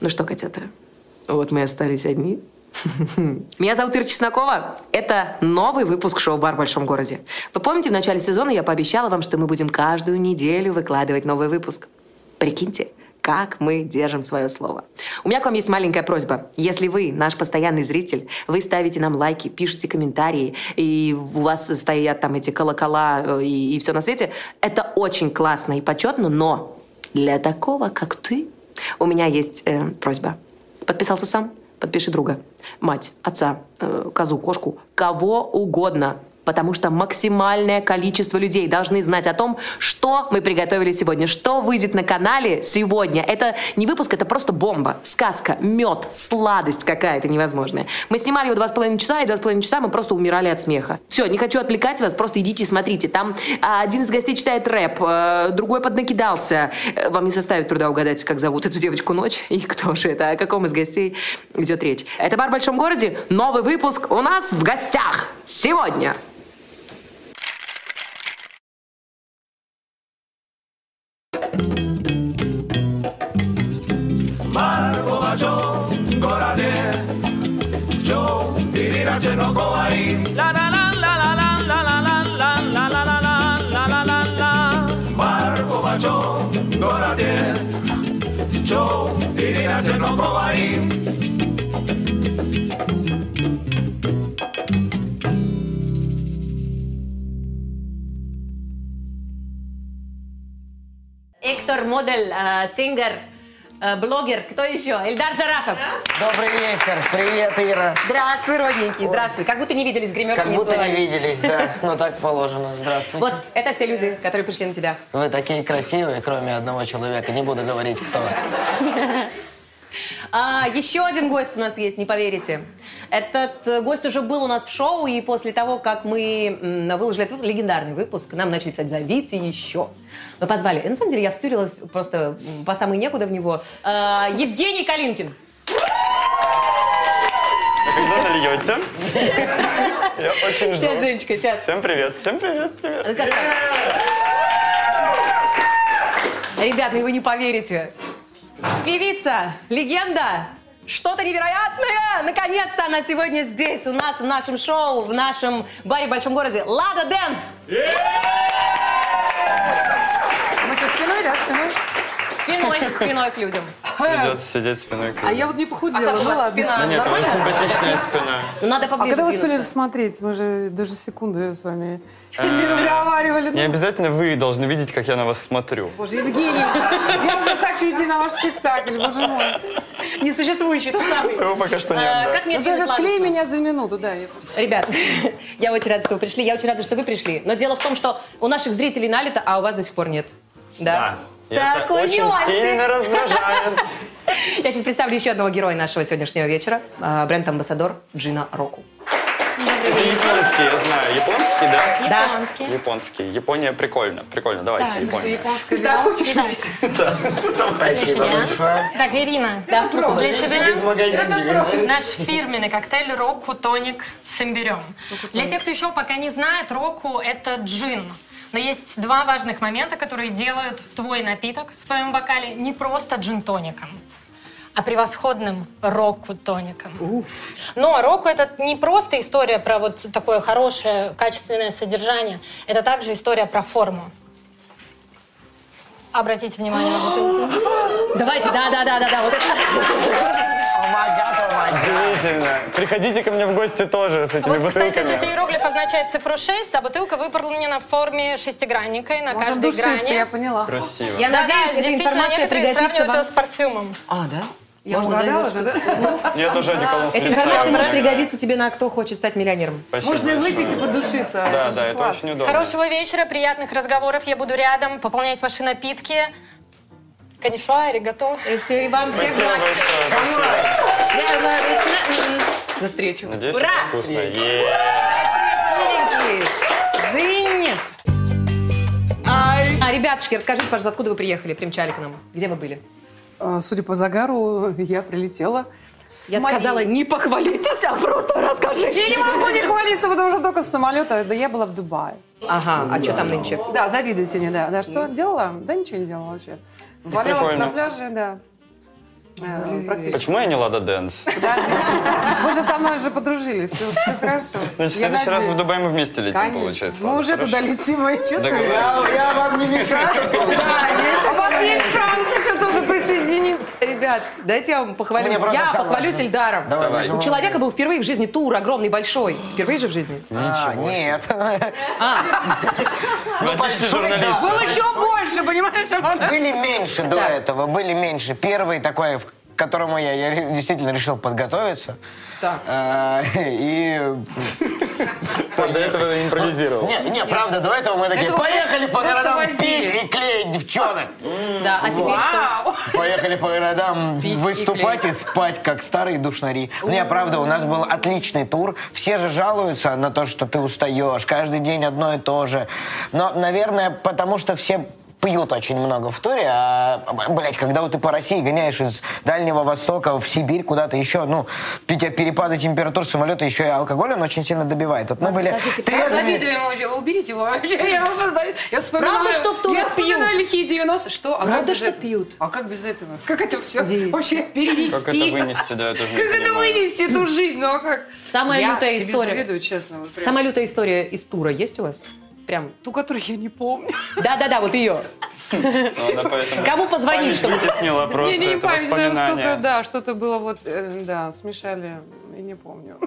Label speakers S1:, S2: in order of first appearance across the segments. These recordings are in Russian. S1: Ну что, котята, вот мы остались одни. Меня зовут Ира Чеснокова. Это новый выпуск шоу «Бар в большом городе». Вы помните, в начале сезона я пообещала вам, что мы будем каждую неделю выкладывать новый выпуск. Прикиньте, как мы держим свое слово. У меня к вам есть маленькая просьба. Если вы наш постоянный зритель, вы ставите нам лайки, пишете комментарии, и у вас стоят там эти колокола э, и, и все на свете, это очень классно и почетно, но для такого, как ты, у меня есть э, просьба. Подписался сам? Подпиши друга, мать, отца, э, козу, кошку, кого угодно, потому что максимальное количество людей должны знать о том, что мы приготовили сегодня, что выйдет на канале сегодня. Это не выпуск, это просто бомба, сказка, мед, сладость какая-то невозможная. Мы снимали его два с половиной часа, и два с половиной часа мы просто умирали от смеха. Все, не хочу отвлекать вас, просто идите и смотрите. Там а, один из гостей читает рэп, э, другой поднакидался. Э, Вам не составит труда угадать, как зовут эту девочку ночь и кто же это, о каком из гостей идет речь. Это «Бар в большом городе», новый выпуск у нас в гостях сегодня.
S2: Mar o major, gorade, yo, dirira chenoko ahí.
S3: La la la la la la la la la la la la la la la la la.
S2: Mar o major, gorade, yo, dirira chenoko ahí.
S4: Эктор, модель, э, сингер, э, блогер, кто еще? Эльдар Джарахов.
S5: Добрый вечер. Привет, Ира.
S4: Здравствуй, родненький, здравствуй. Как будто не виделись в гримерке,
S5: Как будто не
S4: целовались.
S5: виделись, да. Ну так положено. Здравствуйте.
S4: Вот, это все люди, которые пришли на тебя.
S5: Вы такие красивые, кроме одного человека. Не буду говорить, кто.
S4: А, еще один гость у нас есть, не поверите. Этот э, гость уже был у нас в шоу, и после того, как мы м, выложили этот вы- легендарный выпуск, нам начали писать «Зовите еще». Мы позвали. И на самом деле я втюрилась просто м, по самой некуда в него. А, Евгений Калинкин.
S6: Когда нальете? Я очень жду.
S4: Сейчас, Женечка, сейчас.
S6: Всем привет, всем привет, привет.
S4: Ну, как там? Ребят, ну вы не поверите. Певица, легенда, что-то невероятное! Наконец-то она сегодня здесь, у нас, в нашем шоу, в нашем баре в большом городе. Лада Дэнс!
S7: Мы что, спиной, да, спиной?
S4: Спиной, спиной к людям.
S6: Придется сидеть спиной к
S7: А
S6: людям.
S7: я вот не похудела.
S4: А как у
S7: ну
S4: вас
S7: ладно.
S4: спина?
S6: Да нет, у вас
S4: Нормально?
S6: симпатичная спина.
S4: Ну, Надо
S7: А
S4: поближе
S7: когда вы успели
S4: двинуться.
S7: рассмотреть? Мы же даже секунды с вами
S6: Э,
S7: не разговаривали.
S6: Не
S7: Ну,
S6: обязательно вы должны видеть, как я на вас смотрю.
S7: Боже, Евгений, я уже так хочу идти на ваш спектакль, боже мой.
S4: Несуществующий, тот самый.
S6: Его пока что нет,
S4: А,
S6: да.
S4: Как мне А
S7: Ну, ты
S4: сделать Ладу?
S7: Расклей меня за минуту, да. я-
S4: Ребят, я очень рада, что вы пришли. Я очень рада, что вы пришли. Но дело в том, что у наших зрителей налито, а у вас до сих пор нет. Да.
S6: И это
S4: Такой
S6: очень
S4: нюансик.
S6: сильно раздражает.
S4: Я сейчас представлю еще одного героя нашего сегодняшнего вечера. а, Бренд-амбассадор Джина Року.
S6: Это японский, я знаю. Японский, да?
S4: Да.
S8: Японский.
S6: Японский. Япония прикольно. Прикольно, давайте, Япония.
S7: Японская
S4: Да,
S7: вина.
S4: хочешь
S8: Да.
S4: пить?
S5: Спасибо большое.
S8: Так, Ирина,
S7: Ну,
S4: Да, попробуй.
S8: для
S5: Из
S8: тебя
S5: магазина.
S8: наш фирменный коктейль Року Тоник с имбирем. Для тех, кто еще пока не знает, Року – это джин. Но есть два важных момента, которые делают твой напиток в твоем бокале не просто джин-тоником, а превосходным року-тоником. Но року это не просто история про вот такое хорошее, качественное содержание. Это также история про форму. Обратите внимание на бутылку.
S4: Давайте, да, да, да, да, да. Вот это.
S6: Удивительно. Приходите ко мне в гости тоже с этими
S8: А
S4: А
S8: Вот, кстати,
S6: бутылками.
S8: этот иероглиф означает цифру 6, а бутылка выполнена в форме шестигранника, и на
S7: Можно
S8: каждой
S7: душиться,
S8: грани...
S7: я поняла.
S6: Красиво.
S4: Я
S8: Да,
S4: надеюсь, эта
S8: действительно,
S4: информация
S8: некоторые
S4: пригодится
S8: сравнивают
S4: вам.
S8: его с парфюмом.
S4: А, да?
S7: Я
S4: Можно
S7: угадала
S4: даже-
S7: же, да?
S6: Нет, даже одеколон
S4: Эта информация может пригодиться тебе на «Кто хочет стать миллионером».
S6: Спасибо
S7: Можно и выпить, и
S6: большое.
S7: подушиться.
S6: Да,
S7: же
S6: да, это
S7: классно.
S6: очень удобно.
S8: Хорошего вечера, приятных разговоров, я буду рядом, пополнять ваши напитки. Конишуари готов.
S4: И все, и вам всех
S6: Спасибо
S4: благ.
S6: большое. Спасибо.
S4: Я благодарна. М. За встречу.
S6: Надеюсь,
S4: Ура!
S6: это вкусно. Е-е-е.
S4: Миленькие. Зынь. А, ребятушки, расскажите, пожалуйста, откуда вы приехали, примчали к нам? Где вы были?
S7: А, Судя по загару, я прилетела. с
S4: Я
S7: Марией.
S4: сказала, не похвалитесь, а просто расскажите.
S7: Я не могу не хвалиться, потому что только с самолета. Да я была в Дубае.
S4: Ага, а что там нынче?
S7: Да, завидуйте мне, да. Да что делала? Да ничего не делала вообще. Валялась
S6: Прикольно.
S7: на пляже, да. э, практически.
S9: Почему я не Лада Дэнс?
S7: Подожди. Мы же со мной же подружились, все, хорошо.
S9: Значит, в
S7: Я
S9: следующий раз
S7: надеюсь.
S9: в Дубай мы вместе летим,
S7: Конечно.
S9: получается.
S7: Мы
S9: Ладно,
S7: уже
S9: хорошо.
S7: туда летим, и чувствую.
S9: Договорились.
S5: я вам не мешаю, что ли?
S7: А У вас есть шанс еще тоже присоединиться.
S10: Ребят, дайте я вам похвалюсь.
S11: Мне правда
S10: Я
S11: согласен.
S10: похвалюсь Эльдаром.
S11: Давай,
S9: Давай.
S10: У человека был впервые в жизни тур огромный, большой. Впервые же в жизни.
S11: А, нет.
S5: Ну,
S9: Вы отличный журналист.
S7: Было еще больше, понимаешь?
S5: Были меньше до
S10: Да.
S5: этого, были меньше. Первый такой, в- к которому я, я ре- действительно решил подготовиться.
S10: Так.
S5: А, И...
S9: Вот До этого импровизировал.
S5: Не, не, правда, до этого мы такие,
S10: Этого
S5: поехали по городам
S10: возили.
S5: пить и клеить девчонок.
S10: Да, а теперь что?
S5: Поехали по городам
S10: Пить и
S5: выступать и, спать, как старые душнари. Не, правда, у нас был отличный тур. Все же жалуются на то, что ты устаешь. Каждый день одно и то же. Но, наверное, потому что все пьют очень много в туре, а, блядь, когда вот ты по России гоняешь из Дальнего Востока в Сибирь куда-то еще, ну, у тебя перепады температур самолета, еще и алкоголь, он очень сильно добивает. Вот мы были
S7: Я
S5: трезвыми.
S7: завидую ему, уже, уберите его. вообще, Я уже завидую. Я вспоминаю,
S10: Правда, что в турах
S7: Я вспоминаю лихие 90 Что? А как
S10: Правда,
S7: без
S10: что
S7: этого?
S10: пьют?
S7: А как без этого? Как это все
S10: Удивительно.
S7: вообще перенести?
S9: Как это вынести, да, я тоже не
S7: Как это
S9: понимаю.
S7: вынести, эту жизнь? Ну а как?
S10: Самая
S7: Я
S10: лютая
S7: тебе
S10: история.
S7: завидую, честно. вот прям.
S10: Самая лютая история из тура есть у вас? Прям.
S7: Ту, которую я не помню.
S10: Да-да-да, вот ее.
S9: Ну, она поэтому
S10: Кому позвонить,
S9: память
S10: чтобы-
S9: вытеснила просто
S7: не, не
S9: это
S7: память, наверное,
S9: воспоминание.
S7: что-то, да, что-то было вот, э, да, смешали, и не помню.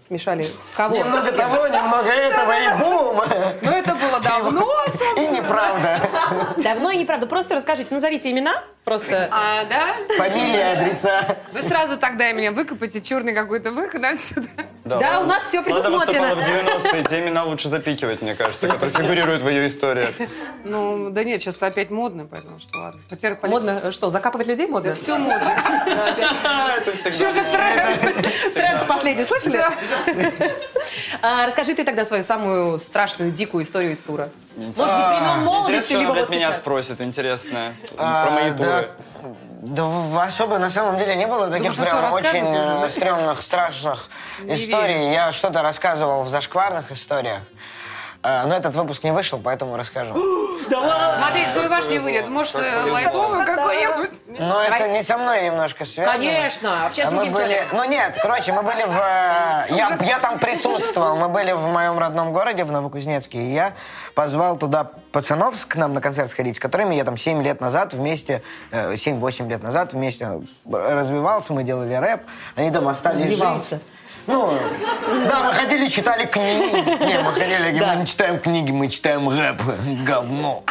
S10: Смешали. Кого?
S5: Немного того, немного этого, и бум!
S7: Но это было
S10: Ну,
S7: давно,
S5: И неправда.
S10: Давно и неправда. Просто расскажите, назовите имена. Просто.
S7: а, да?
S5: Фамилия, адреса.
S7: Вы сразу тогда меня выкопаете, черный какой-то выход отсюда.
S10: Да,
S9: ладно.
S10: у нас всё
S9: Лада
S10: предусмотрено.
S9: выступала в 90-е, те имена лучше запикивать, мне кажется, которые фигурируют в ее историях.
S7: Ну, да нет, сейчас опять модно, поэтому что ладно. Потерь
S10: Модно э, что, закапывать людей модно?
S7: Да все модно.
S9: А, это
S7: Что же
S9: всегда...
S7: тренд?
S10: Тренд последний, слышали? А, Расскажи ты тогда свою самую страшную, дикую историю из тура. Может быть,
S7: Ну,
S10: времен молодости,
S9: а, Интересно, что она,
S10: либо
S9: блядь,
S10: вот
S9: меня
S10: сейчас.
S9: спросит, интересно. Про
S5: А,
S9: мои
S5: да.
S9: туры.
S5: Да в- особо на самом деле не было таких
S7: Ну, что
S5: прям
S7: всё
S5: очень
S7: расскажут,
S5: э,
S7: думаю.
S5: стрёмных, страшных
S7: Не
S5: историй. Я что-то рассказывал в зашкварных историях. Э, Но этот выпуск не вышел, поэтому расскажу.
S7: Смотри, кто Ну, и ваш не выйдет. Может,
S9: Как
S7: э,
S9: повезло.
S7: лайтовый какой-нибудь?
S5: Но это не со мной немножко связано.
S10: Конечно, вообще с
S5: А Мы
S10: другим
S5: были,
S10: человеком.
S5: ну нет, короче, мы были в, э, я, я там присутствовал, мы были в моем родном городе, в Новокузнецке, и я позвал туда пацанов с- к нам на концерт сходить, с которыми я там 7 лет назад вместе, э, 7-8 лет назад вместе развивался, мы делали рэп, они там остались
S10: Развивался.
S5: жить. Ну, да, мы ходили, читали книги. Не, мы ходили,
S10: Да.
S5: мы не читаем книги, мы читаем рэп. Говно.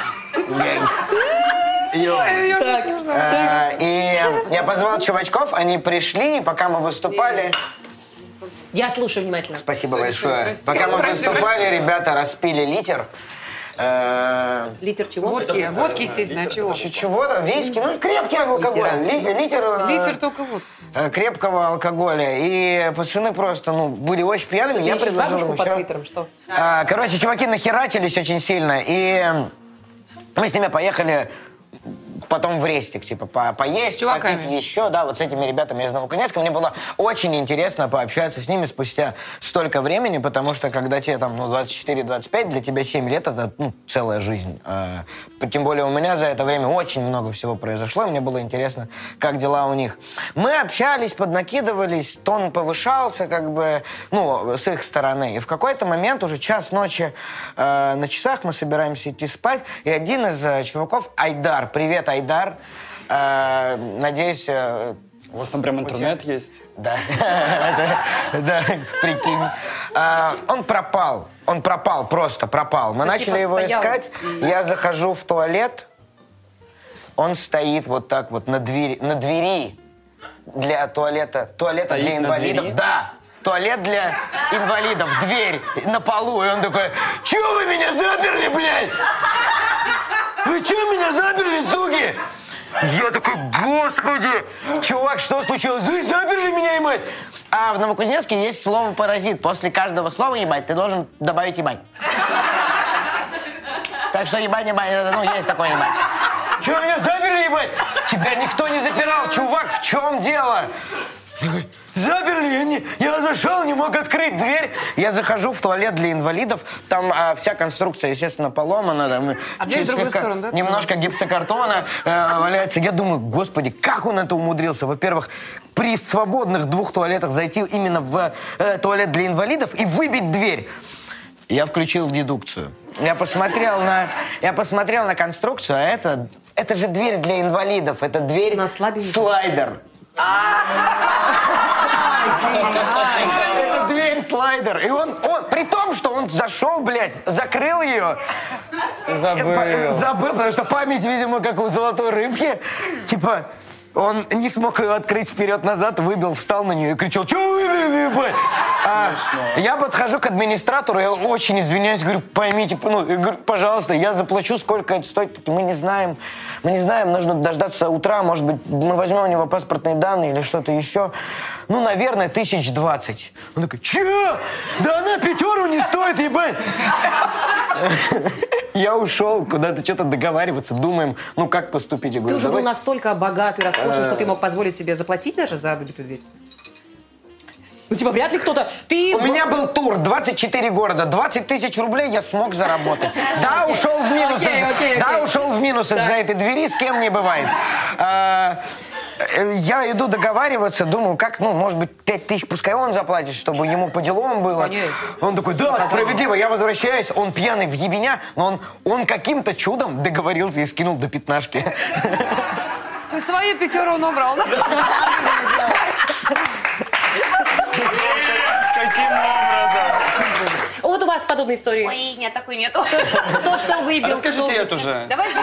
S10: Ну,
S5: Йоу. Э, И я позвал чувачков, они пришли, и пока мы выступали.
S10: Я слушаю внимательно.
S5: Спасибо большое. Пока мы выступали, ребята распили литер. Э,
S10: Литер чего?
S7: Водки, водки, естественно, а чего?
S5: чё- Чего-то, виски, ну крепкий алкоголь, Ли- литер, э,
S7: Литер только водки.
S5: э, крепкого алкоголя. И пацаны просто, ну, были очень пьяными.
S10: Ты
S5: я
S10: ищешь
S5: предложил
S10: бабушку
S5: им
S10: под
S5: всё.
S10: свитером, что?
S5: А, Короче, чуваки нахерачились очень сильно, и мы с ними поехали потом в рестик, типа, по- поесть,
S7: чуваками.
S5: попить еще, да, вот с этими ребятами из Новокузнецка. Мне было очень интересно пообщаться с ними спустя столько времени, потому что, когда тебе там, ну, 24-25, для тебя 7 лет — это, ну, целая жизнь. А, тем более у меня за это время очень много всего произошло, и мне было интересно, как дела у них. Мы общались, поднакидывались, тон повышался, как бы, ну, с их стороны. И в какой-то момент, уже час ночи э, на часах, мы собираемся идти спать, и один из э, чуваков, Айдар, привет, Айдар, э, надеюсь, э,
S9: У вас там прям интернет есть?
S5: да, да, да, прикинь. А, Он пропал, он пропал, просто пропал. Мы
S10: То есть,
S5: начали
S10: типа,
S5: его
S10: стоял
S5: искать. Я захожу в туалет, он стоит вот так вот на двери, на двери для туалета, туалета
S9: Стоит
S5: для
S9: на
S5: инвалидов,
S9: двери?
S5: да. Туалет для инвалидов, дверь на полу, и он такой, чего вы меня заперли, блядь? Вы что меня заперли, суки? Я такой, господи! Чувак, что случилось? Вы заперли меня, ебать! А в Новокузнецке есть слово «паразит». После каждого слова «ебать» ты должен добавить «ебать». Так что ебать, ебать, это, ну, есть такое ебать. Чего меня заперли, ебать? Тебя никто не запирал, чувак, в чем дело? Такой, Заперли, я, не- я зашел, не мог открыть дверь. Я захожу в туалет для инвалидов, там а, вся конструкция, естественно, поломана. Там, и
S7: А дверь в другую
S5: слегка-
S7: сторону, да?
S5: Немножко гипсокартона э, валяется. Я думаю, господи, как он это умудрился? Во-первых, при свободных двух туалетах зайти именно в э, туалет для инвалидов и выбить дверь. Я включил дедукцию. Я посмотрел на, я посмотрел на конструкцию, а это, это же дверь для инвалидов, это дверь
S10: На слабенькую.
S5: слайдер. Это дверь слайдер. И он, он, при том, что он зашел, блядь, закрыл ее. Забыл. Забыл, Э, потому что память, видимо, как у золотой рыбки. Типа, он не смог ее открыть вперед-назад, выбил, встал на нее и кричал, что выбили, блядь?» А, я подхожу к администратору, я очень извиняюсь, говорю, поймите, ну, я говорю, пожалуйста, я заплачу, сколько это стоит, мы не знаем, мы не знаем, нужно дождаться утра, может быть, мы возьмем у него паспортные данные или что-то еще. Ну, наверное, тысяч двадцать. Он такой, че? Да она пятеру не стоит, ебать! Я ушел куда-то что-то договариваться, думаем, ну как поступить. Я
S10: Ты
S5: говорю,
S10: уже был
S5: «Давай».
S10: настолько богат и роскошен,
S9: Э.
S10: что ты мог позволить себе заплатить даже за открытую дверь? Ну, типа, вряд ли кто-то... Ты...
S5: У меня был тур, 24 города, 20 тысяч рублей я смог заработать. Да, ушел в минус.
S10: Окей,
S5: из-
S10: окей,
S5: Да,
S10: окей.
S5: ушел в минус из-за этой двери, с кем не бывает. А, э, Я иду договариваться, думаю, как, ну, может быть, 5 тысяч, пускай он заплатит, чтобы ему по делам было.
S10: Конечно.
S5: Он такой, да, справедливо, я возвращаюсь, он пьяный в ебеня, но он, он каким-то чудом договорился и скинул до пятнашки.
S7: И свою пятеру он убрал, да?
S9: Каким образом?
S10: Вот у вас подобные истории.
S12: Ой, нет, такой нету.
S10: То, что выбил.
S9: А Расскажите
S10: ну,
S9: эту же.
S12: Давай же.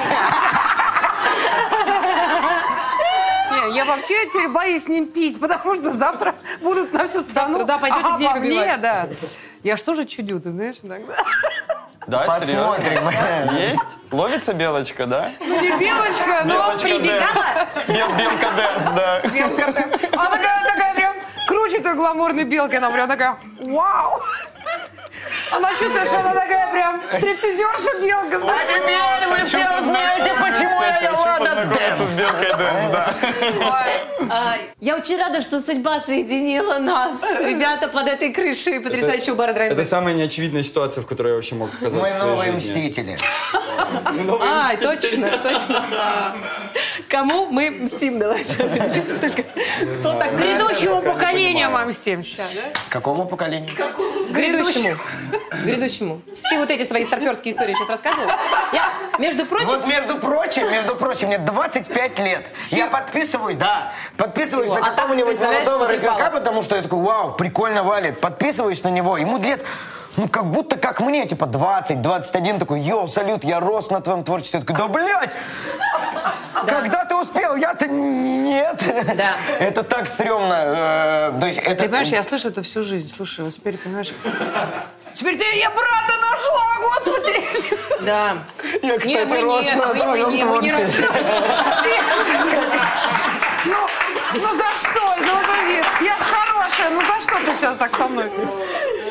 S7: Не, я вообще теперь боюсь с ним пить, потому что завтра будут на всю страну.
S10: да, пойдете
S7: Ага,
S10: дверь
S7: во мне,
S10: выбивать.
S7: да. Я что же чудю, ты знаешь, иногда.
S9: Да, серьезно?
S5: Посмотрим.
S9: Есть? Ловится белочка, да?
S7: Ну, не белочка, но
S9: Белочка
S7: прибегала.
S9: Дэнс. Бел- белка дэнс, да.
S7: А Она такая, такая прям круче той гламурной белки, она прям такая, вау! Она чувствует, что она такая прям стриптизерша белка, знаете?
S9: Хочу познакомиться,
S5: знаете, почему я
S9: хочу
S5: Йолана
S9: познакомиться с белкой дэнс, да.
S10: А, Я очень рада, что судьба соединила нас. Ребята под этой крышей потрясающего бара Драйв.
S9: Это самая неочевидная ситуация, в которой я вообще мог оказаться
S5: Мы
S9: в своей
S5: новые
S9: жизни.
S5: мстители.
S10: А, точно, точно. Кому мы мстим, давайте. Здесь только Кто так
S7: Грядущему поколению вам с тем сейчас, да?
S5: Какому поколению?
S10: Грядущему. Грядущему. Ты вот эти свои старперские истории сейчас рассказывал? Я, между прочим,
S5: Вот, между прочим, между прочим, мне 25 лет. Я подписываюсь, да, подписываюсь на
S10: А так,
S5: какого-нибудь
S10: представляешь,
S5: молодого
S10: потрепало.
S5: рыбака, потому что я такой, вау, прикольно валит. Подписываюсь на него, ему лет, ну, как будто как мне, типа 20, 21, такой, йоу, салют, я рос на твоем творчестве. Я такой, да, блядь, когда ты успел? Я-то н- нет.
S10: Да.
S5: Это так стрёмно. э, То есть это...
S7: Ты понимаешь, я слышу это всю жизнь. Слушай, вот теперь, понимаешь... Теперь ты, я брата нашла, господи!
S10: да.
S5: Я,
S10: Не,
S5: кстати,
S10: мы
S5: рос ну,
S10: не,
S5: на
S10: мы не,
S5: твоем
S10: мы не, мы не
S5: творчестве.
S7: Ну, ну за что? Ну, вот подожди, я ж хорошая, ну за что ты сейчас так со мной?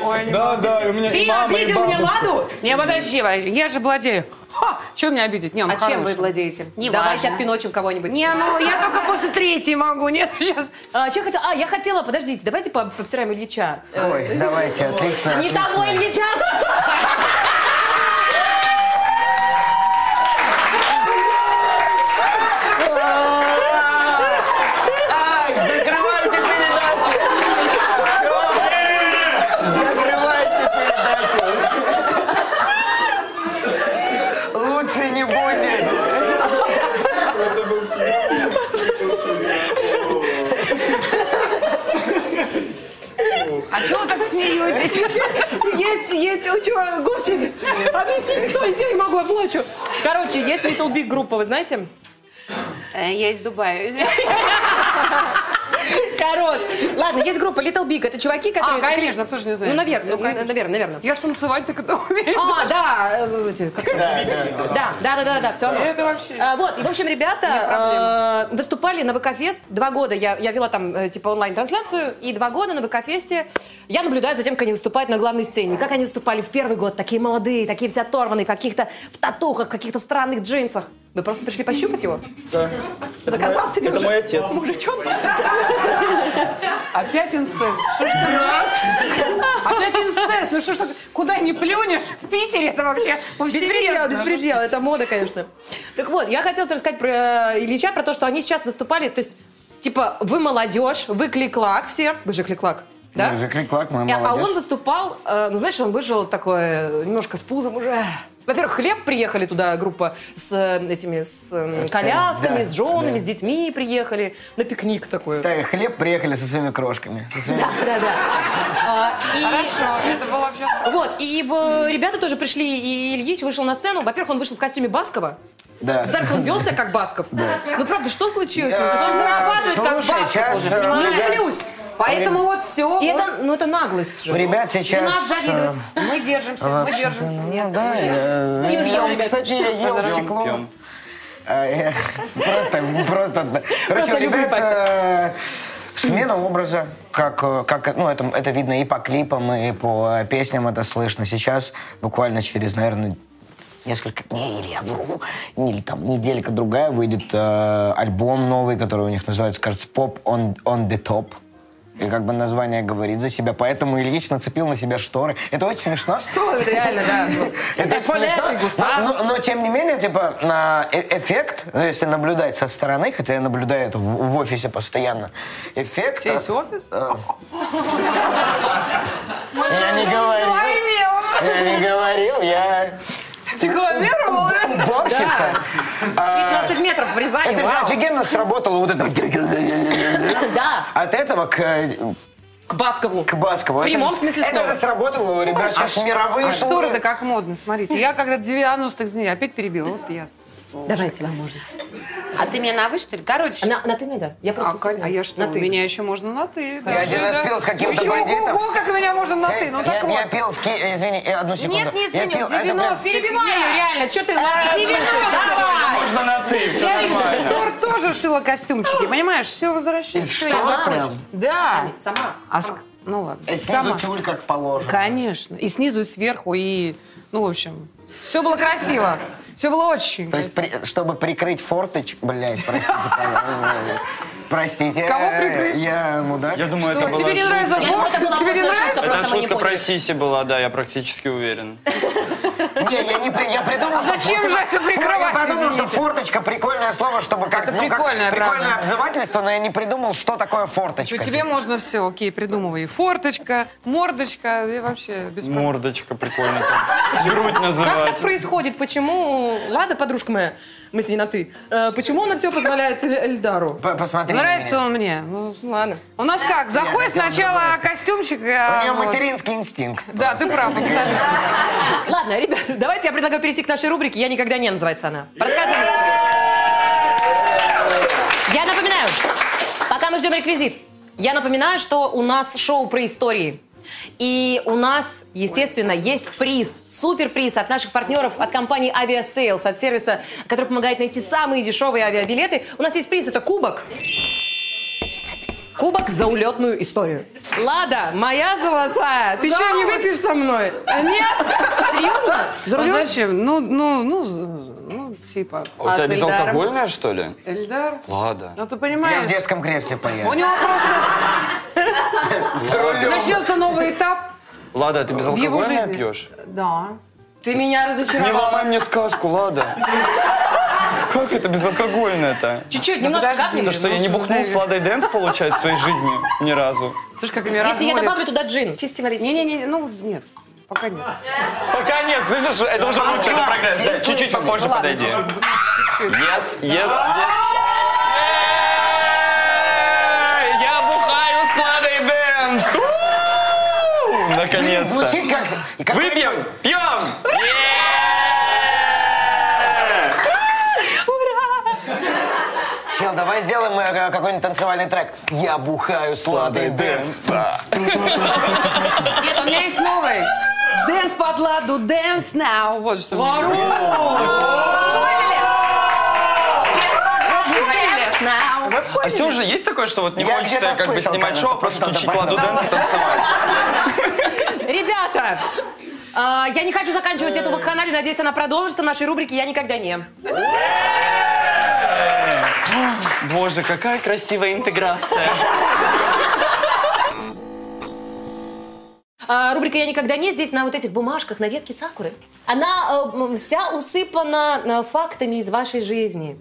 S7: Ой, не
S9: Да, да, и у меня и
S10: Ты
S9: мама, и
S10: обидел мне
S9: бабушка.
S10: Ладу?
S7: Не, подожди, подожди, я же владею. Ха, чего меня обидеть? Не, он
S10: А чем вы
S7: хороший.
S10: владеете?
S7: Не
S10: Давайте
S7: важно.
S10: отпиночим кого-нибудь.
S7: Не, ну я только после третьей могу, нет, сейчас.
S10: А, чё хотела? А, я хотела, подождите, давайте по- пообсираем Ильича. Э,
S5: Ой, давайте, отлично.
S10: Не
S5: отлично.
S10: того Ильича!
S5: Закрывайте передачу! Закрывайте передачу! Лучше не будет!
S7: А чего вы так смеетесь?
S10: Есть, есть, о, чё, господи, объясните, кто я не могу, я плачу. Короче, есть Little Big группа, вы знаете?
S12: Э, Я из Дубая.
S10: Хорош. Ладно, есть группа Little Big, это чуваки,
S12: А,
S10: которые...
S7: А, конечно, кто ж не знает.
S10: Ну, наверное,
S7: Ну, конечно.
S10: наверное, наверное.
S7: Я ж танцевать так это умею.
S10: А, да, э, эти, как- да, да, да, да, да, все.
S7: Это вообще.
S10: вот, и, в общем, ребята э, выступали на ВК-фест. Два года я, я вела там, э, типа, онлайн-трансляцию, и два года на ВК-фесте я наблюдаю за тем, как они выступают на главной сцене. Как они выступали в первый год, такие молодые, такие все оторванные, в каких-то в татухах, в каких-то странных джинсах. Вы просто пришли пощупать его?
S9: Да.
S10: Заказал себе
S9: Это
S10: уже
S9: мой отец.
S10: мужичонка?
S7: Опять инцест. Что ж такое? Опять инцест. Ну что ж так, куда не плюнешь, в Питере это вообще повсеместно.
S10: Беспредел,
S7: ну.
S10: беспредел. Это мода, конечно. Так вот, я хотела тебе рассказать про э, Ильича, про то, что они сейчас выступали. То есть, типа, вы молодежь, вы клик-клак все. Вы же клик-клак, да?
S5: Мы же клик-клак, мы
S10: Э, А
S5: молодежь.
S10: он выступал, э, ну знаешь, он выжил такой э, немножко с пузом уже. Во-первых, хлеб приехали туда группа с э, этими с э,
S5: С,
S10: колясками,
S5: да,
S10: с женами,
S5: да.
S10: с детьми приехали на пикник такой.
S5: Ставили хлеб, приехали со своими крошками. со своими-
S10: Да, да. А, и- Вот, и э, ребята тоже пришли, и Ильич вышел на сцену. Во-первых, он вышел в костюме Баскова.
S5: Да.
S10: Во-вторых, он вел себя как Басков. Ну, правда, что случилось?
S5: Да.
S10: Почему так?
S7: Зарабатывает как
S5: Слушай,
S7: бабка
S5: сейчас,
S7: уже,
S5: э,
S7: понимаешь?
S10: Не
S5: ребят-
S10: влюблюсь.
S7: Поэтому вот все.
S10: И это, ну, это наглость
S5: У
S10: же.
S5: Ребят сейчас...
S12: Нас завидуют.
S5: э,
S12: Мы держимся, мы
S5: вообще-то,
S12: держимся.
S5: Ну да, я-
S10: Пьем,
S5: я,
S10: ребят,
S5: кстати, я ел
S9: Пьем,
S5: стекло.
S9: пьем.
S5: А, я- Просто, просто... Короче, у
S10: любые
S5: ребят э, смена образа, как, э, как ну, это, это видно и по клипам, и по э, песням это слышно. Сейчас буквально через, наверное, несколько дней, или я вру, или там неделька другая выйдет э, альбом новый, который у них называется, кажется, «Pop on, on the Top». И как бы название говорит за себя, поэтому Ильич нацепил на себя шторы. Это очень смешно.
S10: Что это реально, да. просто.
S5: Это
S10: Это
S5: очень
S10: шляпа и
S5: смешно,
S10: гусар.
S5: но, но- но, тем не менее, типа, на э- эффект, ну, если наблюдать со стороны, хотя я наблюдаю это в, в офисе постоянно, эффект...
S7: Здесь офис?
S5: э, Я не говорил, я не говорил, я
S7: Декларировал, да?
S5: уборщица. А,
S10: 15 метров в Рязани,
S5: Это же
S10: вау.
S5: офигенно сработало вот это.
S10: Да,
S5: От этого к, э,
S10: к Баскову.
S5: к Баскову.
S10: В
S5: Это
S10: прямом
S5: же-
S10: смысле
S5: Это
S10: слова.
S5: же сработало у ребят. Сейчас мировые
S7: А
S5: туры.
S7: шторы-то как модно, смотрите. Я когда 90-х, извини, опять перебила. Вот я.
S10: Давайте вам можно.
S12: А ты меня на вы, что ли? Короче,
S10: На, на ты не да. Я просто
S7: А, Кать, а
S10: стесняюсь.
S7: я что,
S10: На ты.
S7: меня еще можно на ты.
S5: Я один раз пил с каким-то
S7: Еще
S5: бандитом.
S7: ого, как меня можно на ты. Ну
S5: я,
S7: так
S5: я- я
S7: вот.
S5: пил в Ки... э, Извини, э, одну секунду.
S12: не извини,
S5: я пил...
S12: в
S5: это прям-
S12: 90-е.
S10: Перебивай ее, реально. Что ты на
S12: Давай!
S9: Можно на ты, все
S7: А, Я из
S9: нормально.
S7: штор тоже шила костюмчики, понимаешь? Все возвращается. Да.
S10: Сама.
S7: А с- Ну ладно.
S5: Э,
S7: Сама.
S5: Снизу тюль как положено.
S7: Конечно. И снизу, и сверху, и... Ну, в общем, все было красиво. Все было очень
S5: То есть,
S7: красиво.
S5: при- чтобы прикрыть форточ... Блядь, простите. пожалуйста. Простите.
S7: Кого
S5: э,
S7: прикрыть?
S5: Я мудак.
S9: Я думаю, это была
S7: Тебе не
S9: шутка.
S7: нравится
S10: Я думаю, это была
S7: фото? Тебе не
S10: модная шутка,
S7: нравится?
S10: просто
S9: Да,
S10: мы не
S9: шутка
S10: поняли.
S9: про сиси была, да, я практически уверен.
S5: Не, я не при- я придумал. что
S7: зачем
S5: форточка-
S7: же это прикрывать,
S5: Я подумал, что
S7: извините?
S5: форточка прикольное слово, чтобы как
S7: Это
S5: ну, как
S7: прикольное,
S5: прикольное
S7: правда.
S5: обзывательство, но я не придумал, что такое
S7: Что
S5: форточка.
S7: Типа, тебе можно все, окей, придумывай. И Форточка, мордочка, и вообще без проблем.
S9: Мордочка прикольно так. Грудь
S10: Как так
S9: называть.
S10: происходит? Почему? Лада, подружка моя, мы с ней на ты. э, Почему она все позволяет Эль- Эльдару?
S5: П- Посмотри. на
S7: Нравится
S5: меня.
S7: он мне. Ну,
S10: Ладно.
S7: у нас как? Заходит
S5: хотел
S7: сначала костюмчик. а
S5: У нее
S7: вот.
S5: материнский инстинкт.
S7: Да, ты прав, абсолютно.
S10: Ладно, ребят, давайте я предлагаю перейти к нашей рубрике «Я никогда не» называется она. Рассказывай историю. Я напоминаю, пока мы ждем реквизит, я напоминаю, что у нас шоу про истории. И у нас, естественно, есть приз, суперприз от наших партнеров, от компании Aviasales, от сервиса, который помогает найти самые дешевые авиабилеты. У нас есть приз, это кубок. Кубок за улетную историю. Лада, моя золотая, ты что, не выпьешь со мной? Серьезно? За
S7: А
S10: рулем?
S7: зачем? Ну, ну, ну, з- ну, типа.
S9: У
S10: А
S9: тебя
S10: с Эльдаром?
S9: безалкогольная, что ли?
S7: Эльдар?
S9: Ладно.
S7: Ну, ты
S5: Я в
S7: понимаешь,
S5: детском кресле
S7: у
S5: поеду.
S7: него просто
S5: За рулем.
S7: начнется новый этап
S9: Лада, ты
S7: в его
S9: безалкогольное
S7: жизни.
S9: пьешь?
S7: Да.
S10: Ты
S9: Не
S10: меня
S9: ломай
S10: разочаровала.
S9: мне сказку, Лада. Как это безалкогольное-то?
S10: Чуть-чуть, немножко
S7: подожди.
S10: капнем.
S9: То, что я не бухнул с
S7: Подожди.
S9: Ладой Дэнс, получается, в своей жизни ни разу.
S7: Слушай, как меня
S10: Если я
S7: разводят.
S10: добавлю туда джин, чисто валерий.
S7: Не-не-не, ну, нет. Пока нет.
S9: Пока нет, слышишь? Это уже лучше, это прогресс. Да, Чуть-чуть попозже
S5: Ну
S9: подойди. Yes, yes, yes. Эй, Я бухаю с Ладой Дэнс. У-у-у, Наконец-то.
S5: Звучит как... как-
S9: Выпьем, пьем. Е-е-е!
S5: Чел, давай сделаем э, какой-нибудь танцевальный трек. Я бухаю сладый дэнс.
S7: Нет, у меня есть новый. Dance под ладу, dance now. Вот что. Вору!
S9: А все же есть такое, что вот не
S5: Я
S9: хочется
S5: где-то
S9: как бы
S5: слышал,
S9: снимать
S5: кажется,
S9: шоу, а просто
S5: просто
S9: включить
S5: добавил.
S9: Ладу Дэнс и танцевать?
S10: Ребята, а, я не хочу заканчивать эту вакханалию. Надеюсь, она продолжится в нашей рубрике «Я никогда не».
S9: Боже, какая красивая интеграция.
S10: А, Рубрика «Я никогда не» здесь на вот этих бумажках, на ветке сакуры. Она э, м, вся усыпана э, фактами из вашей жизни.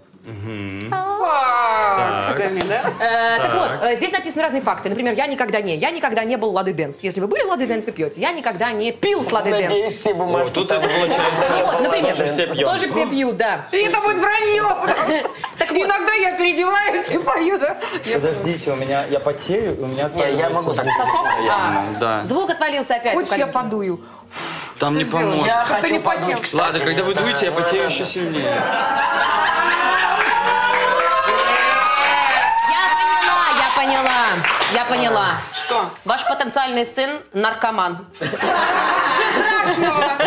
S7: Фактами, да?
S10: Э, Так
S7: Так.
S10: вот, э, здесь написаны разные факты. Например, я никогда не, я никогда не был в Лады Дэнс. Если вы были в Лады Дэнс, вы пьете. Я никогда не пил с Лады Дэнс.
S5: Надеюсь, все бумажки
S9: Тут это
S10: Ну вот,
S9: получается.
S10: например,
S9: тоже все пьем.
S10: тоже все пьют, да.
S7: И это будет вранье. Так Иногда я переодеваюсь и пою, да? Я-
S6: Подождите, у меня я потею, у меня отваливается
S5: могу так.
S6: звук
S10: Сосок?
S9: А.
S6: постоянно, Да.
S10: Звук отвалился опять. у
S7: Хочешь, я
S10: коллеги?
S7: подую?
S6: Там не поможет.
S5: Я
S7: Что-то не
S5: хочу подуть,
S7: пойдем.
S5: кстати.
S9: Ладно, когда вы
S5: да,
S9: дуете, я
S5: вот
S9: потею
S5: это.
S9: еще сильнее.
S10: Я поняла, я поняла, я поняла.
S7: Что?
S10: Ваш потенциальный сын наркоман.
S7: Страшного.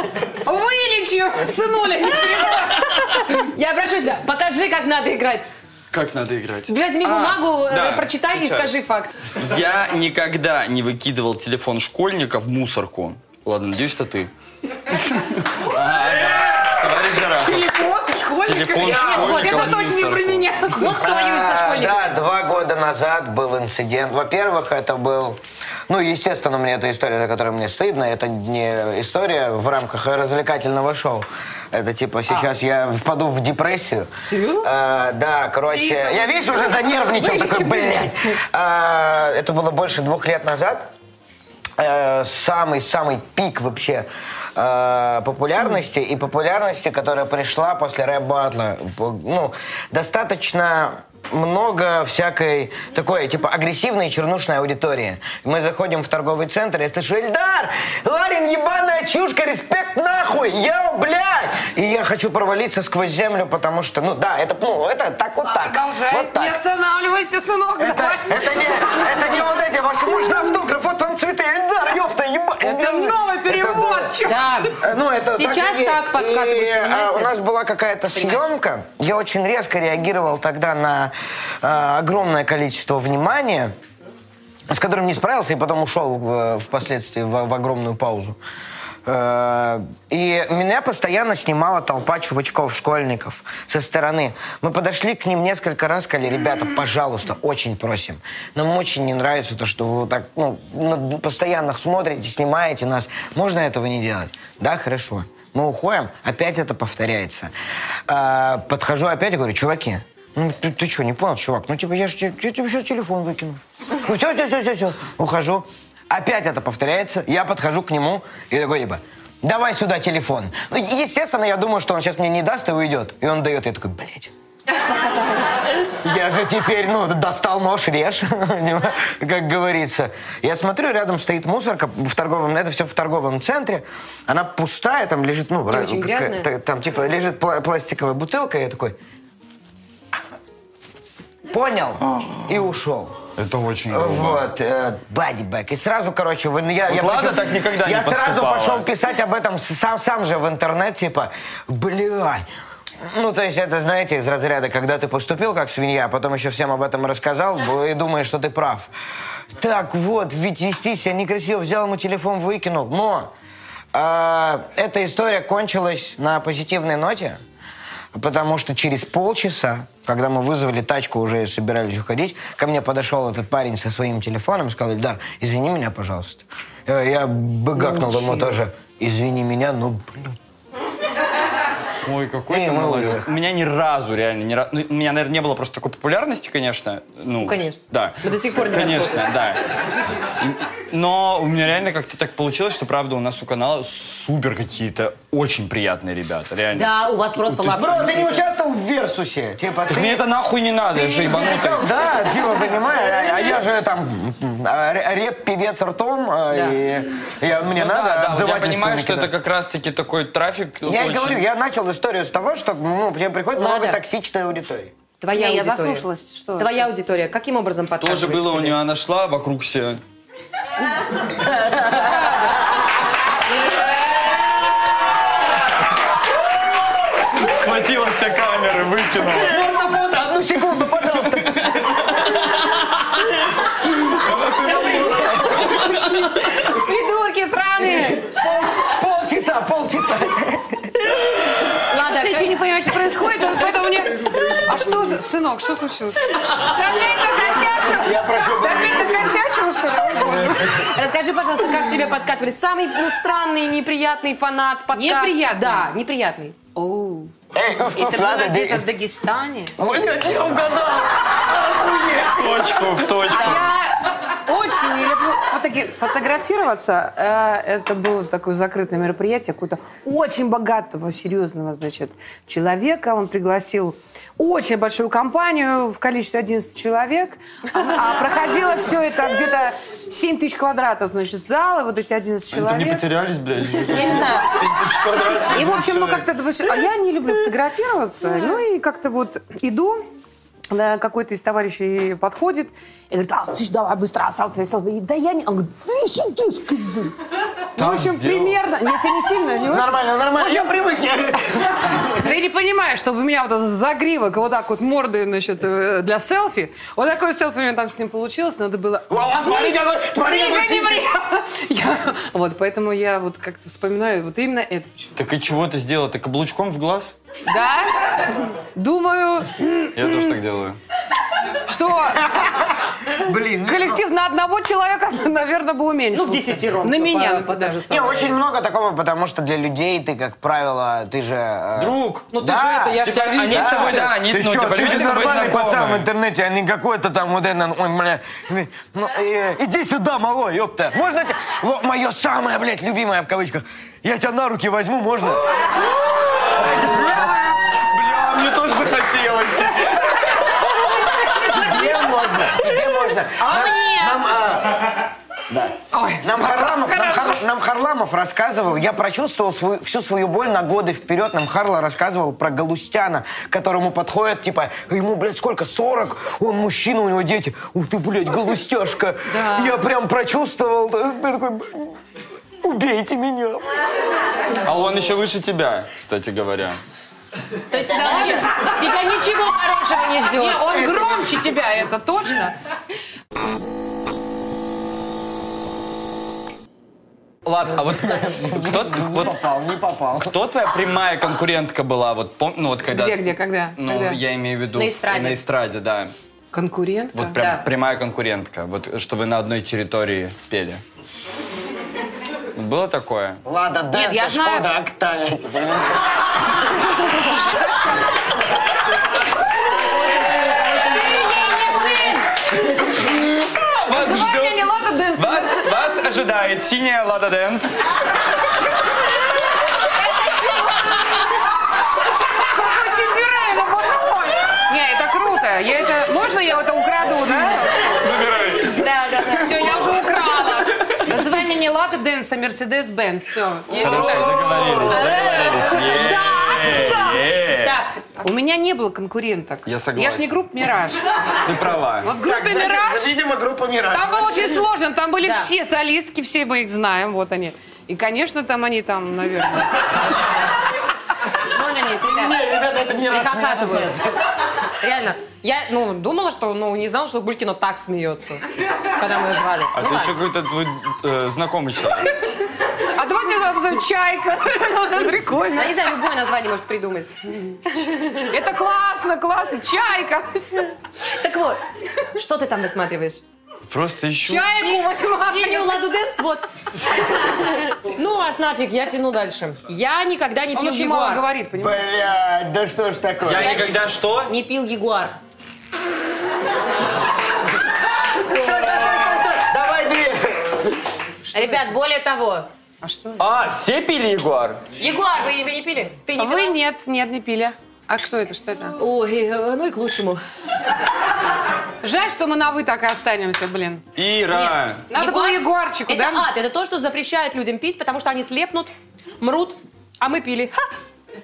S7: Вылечу, сынуля, не переживай.
S10: Я прошу тебя, покажи, как надо играть.
S9: Как надо играть?
S10: Возьми бумагу, э,
S9: А, да,
S10: прочитай
S9: сейчас.
S10: и скажи факт.
S9: Я никогда не выкидывал телефон школьника в мусорку. Ладно, надеюсь, это ты. Ага, да. Товарищ Жарахов.
S7: Телефон, школьник.
S9: Телефон
S7: Нет,
S9: школьника
S7: Это
S9: в
S7: точно не про
S9: мусорку.
S7: меня.
S10: Вот кто воюет со
S5: А,
S10: школьником.
S5: Да, два года назад был инцидент. Во-первых, это был... Ну, естественно, мне эта история, за которой мне стыдно, это не история в рамках развлекательного шоу. Это типа сейчас я впаду в депрессию.
S7: Серьезно?
S5: А, да, короче, я видишь, уже занервничал, такой, блядь. А, это было больше двух лет назад. Э, самый-самый пик вообще э, популярности и популярности, которая пришла после рэп-батла. П- Ну, достаточно много всякой такой, типа, агрессивной чернушной аудитории. Мы заходим в торговый центр, я слышу, Эльдар, Ларин, ебаная чушка, респект нахуй, я, блядь! И я хочу провалиться сквозь землю, потому что, ну да, это, ну, это так
S7: А
S5: вот так.
S7: Продолжай.
S5: Вот
S7: Не
S5: так.
S7: останавливайся, сынок.
S5: Это,
S7: давай.
S5: это не, это не вот эти, ваш муж на автограф, вот вам цветы, Эльдар, ёпта, Ну, еба.
S7: Это новый перевод, чё.
S10: Да.
S5: Э, Ну, это
S10: Сейчас
S5: и
S10: так
S5: есть.
S10: подкатывают,
S5: И, а,
S10: понимаете?
S5: у нас была какая-то съемка. Я очень резко реагировал тогда на э, огромное количество внимания, с которым не справился, и потом ушел в- впоследствии в, в огромную паузу. Э, И меня постоянно снимала толпа чувачков, школьников со стороны. Мы подошли к ним несколько раз, сказали, ребята, пожалуйста, очень просим. Нам очень не нравится то, что вы вот так ну, на- постоянно смотрите, снимаете нас. Можно этого не делать? Да, хорошо. Мы уходим, опять это повторяется. А, Подхожу опять и говорю, чуваки, ну ты, ты что, не понял, чувак? Ну типа я же тебе, я тебе сейчас телефон выкину. Ну все, все, все, все, все. Ухожу. Опять это повторяется. Я подхожу к нему и такой, типа, давай сюда телефон. Ну, е- естественно, я думаю, что он сейчас мне не даст и уйдет. И он дает, я такой, блядь. Я же теперь, ну, достал нож, режь, как говорится. Я смотрю, рядом стоит мусорка в торговом, это все в торговом центре. Она пустая, там лежит, ну, ра-
S10: очень
S5: какая-
S10: грязная.
S5: та- там типа лежит пла- пластиковая бутылка, и я такой, понял
S9: А.
S5: и ушел.
S9: Это очень
S5: Вот, э, бадибэк. И сразу, короче, вы- ну, я...
S9: Вот
S5: я
S9: Лада
S5: пошел-
S9: так никогда не
S5: Я сразу
S9: поступала.
S5: пошел писать об этом с- сам, сам же в интернет, типа, бля. Ну, то есть это, знаете, из разряда, когда ты поступил как свинья, а потом еще всем об этом рассказал б- и думаешь, что ты прав. Так вот, ведь вести себя некрасиво, взял ему телефон, выкинул. Но э, эта история кончилась на позитивной ноте. Потому что через полчаса, когда мы вызвали тачку, уже собирались уходить, ко мне подошел этот парень со своим телефоном и сказал, Ильдар, извини меня, пожалуйста. Э, Я быгакнул ему тоже, извини меня, ну, блин.
S9: Ой, какой
S5: Эй,
S9: ты
S5: мы
S9: молодец. У меня ни разу реально, ни ра- ну, у меня, наверное, не было просто такой популярности, конечно. Ну,
S10: конечно.
S9: Да.
S10: Мы до сих пор не
S9: Конечно, да. Но у меня реально как-то так получилось, что, правда, у нас у канала супер какие-то очень приятные ребята, реально.
S10: Да, у вас просто лапки.
S5: А, Бро, ты не участвовал в «Версусе»? Типа,
S9: Так
S5: ты-
S9: мне это нахуй не надо, я же ебанутый.
S5: Ну, Да, Дима, понимаешь, а- а я же там а, ре- реп-певец ртом, а,
S10: Да.
S5: и я- мне
S9: Ну да,
S5: надо
S9: да, вот я
S5: обзывательствами
S9: понимаю, что это
S5: кидаться.
S9: как раз-таки такой трафик.
S5: Я и
S9: очень-
S5: говорю, я начал историю с того, что ну, мне приходит
S10: Лада.
S5: много токсичной аудитории.
S10: Твоя
S12: Не, я
S10: аудитория.
S12: заслушалась, что-
S10: Твоя аудитория. Каким образом подкатывает
S9: Тоже было
S10: к
S9: у
S10: тебе?
S9: нее, она шла вокруг себя. Схватила все камеры, выкинула.
S5: Можно фото? Одну а ну, секунду, пожалуйста.
S10: Придурки сраные!
S5: Полчаса, полчаса.
S10: Ладно,
S7: Я ничего не понимаю, что происходит, он поэтому мне... А что, за- сынок? Сынок, что случилось? Да ты накосячил!
S5: Я прошу
S7: Да ты накосячил, что ли?
S10: Расскажи, пожалуйста, как тебе подкатывали самый ну, странный, неприятный фанат подкат? Неприятный? Да, неприятный.
S13: Оу.
S5: Это
S13: было где-то в Дагестане.
S5: Блядь, я угадал! Охуеть!
S6: Точку в точку.
S7: Я очень не люблю фотоги- фотографироваться. Э, Это было такое закрытое мероприятие какого-то очень богатого, серьезного, значит, человека. Он пригласил очень большую компанию в количестве 11 человек. А проходило все это где-то 7 тысяч квадратов, значит, зала, вот эти 11
S6: Они там не
S7: человек.
S6: потерялись, блядь?
S7: Я не знаю. И, в общем, ну
S6: человек.
S7: как-то... это вообще- А я не люблю фотографироваться. Ну и как-то вот иду, да, какой-то из товарищей подходит и говорит, а, слышь, давай быстро, а селфи, селфи». Да я не... Он говорит, да я сюда скажу». Ну, в общем, примерно... Нет, тебе не сильно, не очень.
S5: Нормально, нормально, я привык.
S7: Ты не понимаешь, чтобы у меня вот этот загривок, вот так вот мордой, значит, э, для селфи. Вот такое селфи у меня там с ним получилось, надо было...
S5: Смотри, какой, смотри,
S7: Бри,
S5: какой
S7: бри, бри. Я- Вот, поэтому я вот как-то вспоминаю вот именно это.
S6: Так и чего ты сделал? Ты каблучком в глаз?
S7: Да? Думаю,
S6: Я тоже так делаю.
S7: что
S5: Блин. ну,
S7: коллектив на одного человека, наверное, бы уменьшился.
S10: Ну, в десятером.
S7: На
S10: что,
S7: меня,
S10: по-
S7: например.
S10: подороже
S5: Не,
S10: стало.
S5: очень много такого, потому что для людей ты, как правило, ты же... э,
S6: Друг!
S7: Ну, ты
S5: Да.
S7: же это, я ж
S6: Тебя-
S7: повидела.
S6: Типа, они с тобой, да, они,
S5: Ты
S6: ну,
S5: что,
S6: типа,
S5: ты
S6: люди с тобой
S5: нормальный пацан в
S6: знакомы.
S5: интернете, а не какой-то там вот это, ой, бля, ну, э, иди сюда, малой, ёпта. Можно тебе, вот мое самое, блядь, любимое, в кавычках, я тебя на руки возьму, можно?
S6: Бля, мне тоже захотелось.
S5: Тебе можно, тебе можно. А мне? Нам, а, да. нам, Харламов, нам, Хар- нам Харламов рассказывал, я прочувствовал свою- всю свою боль на годы вперед. Нам Харла рассказывал про Галустяна, которому подходят, типа, ему, блядь, сколько, 40? Он мужчина, у него дети. Ух ты, блядь, Галустяшка. Я прям прочувствовал. э, я такой, Убейте меня.
S6: А он еще выше тебя, кстати говоря.
S10: То есть тебя, вообще- тебя ничего хорошего не
S7: Не,
S10: ждет.
S7: он громче тебя, это точно.
S6: Ладно, а вот кто, вот
S5: не попал.
S6: кто твоя прямая конкурентка была? Вот, пом- ну, вот когда...
S7: Где, где, когда?
S6: Ну,
S7: Когда?
S6: я имею в виду...
S10: На эстраде.
S6: На эстраде, да.
S7: Конкурентка?
S6: Вот прям
S10: Да.
S6: прямая конкурентка. Вот что вы на одной территории пели. Было такое?
S5: Лада, да,
S13: я знаю.
S5: Шкода, Октавия, типа, ну,
S6: Вас
S7: Называй меня не Лада Дэнс.
S6: Вас, вас ожидает синяя Лада Дэнс.
S7: Какой темперамент, ну, боже мой. Не, это круто. Я это... Можно я это украду, да?
S6: Забирай.
S10: Да, да, да.
S7: Все, я уже украла. Называй меня не Лада Дэнс, а Мерседес Бенц. Все.
S6: Договорились, договорились.
S7: У меня не было конкуренток.
S6: Я согласен.
S7: Я ж не группа «Мираж».
S6: Ты права.
S7: Вот группа «Мираж»
S5: видимо, группа Мираж.
S7: Там было очень сложно, там были
S10: Да.
S7: все солистки, все мы их знаем, вот они. И, конечно, там они там, наверное.
S10: Можно мне себя
S5: Ребята, это не
S10: прихохатывают. Реально. Я, ну, думала, что, ну, не знала, что Гулькина так смеется, когда мы ее звали.
S6: А
S10: Ну,
S6: ты
S10: ладно.
S6: еще какой-то твой э, знакомый человек.
S7: А давайте там назовем «Чайка». Прикольно.
S10: Я не знаю, любое название можешь придумать.
S7: Это классно, классно. «Чайка».
S10: Так вот, что ты там высматриваешь?
S6: Просто ищу.
S7: «Чайку»
S10: Синюю
S7: восьмая.
S10: Ладу Дэнс, вот. Ну вас нафиг, я тяну дальше. Я никогда не
S7: Он
S10: пил
S7: очень мало
S10: Ягуар.
S7: говорит, понимаешь?
S5: Блядь, да что ж такое?
S6: Я никогда что?
S10: Не пил Ягуар.
S5: Стой, стой, стой, стой, стой! Давай две!
S10: Ребят, более того,
S6: А, все пили Ягуар?
S10: Ягуар вы не пили? Ты не
S7: А Вы
S10: пила?
S7: нет, нет, не пили. А кто это, что это?
S10: Ой, э, ну и к лучшему.
S7: Жаль, что мы на «вы» так и останемся, блин.
S6: Ира!
S7: Надо было Егорчику,
S10: это
S7: да?
S10: ад, это то, что запрещает людям пить, потому что они слепнут, мрут, а мы пили. Ха!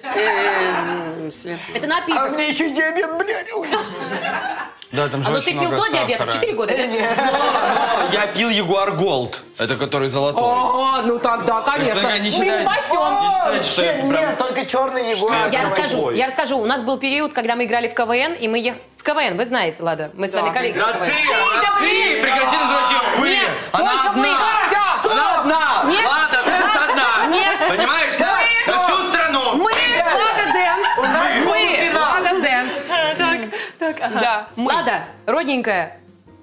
S10: а-
S7: Э, Эм, след-
S10: Это
S5: А
S10: напиток.
S5: мне еще диабет, блядь! ой.
S6: Да, там же
S10: А ну ты
S6: очень
S10: пил
S6: много
S10: до
S6: сахара. А,
S10: диабета, в 4 года.
S6: Я пил Ягуар Голд. Это который золотой.
S10: О, ну тогда, конечно.
S6: не
S10: Мы
S6: считаете-
S10: спасем.
S6: Не считаете, что
S5: Вообще
S6: это прям-
S5: нет, только черный его.
S10: Я
S6: Давай,
S10: расскажу,
S6: бой.
S10: я расскажу. У нас был период, когда мы играли в КВН, и мы ехали... В КВН, вы знаете, Лада, мы с вами коллеги. в
S6: Да
S10: КВН.
S6: ты, она ты! Прекрати называть ее вы! она
S7: только
S6: одна!
S7: мы. Всё.
S6: Она одна!
S7: Нет.
S6: Ладно, ты одна!
S7: Нет.
S6: Понимаешь? Да,
S7: Мы.
S6: да всю страну!
S7: Мы Лада Дэнс.
S5: У нас
S7: Мы
S5: полуфинал.
S7: Лада Дэнс.
S10: Так, так,
S7: Да.
S10: Лада, родненькая,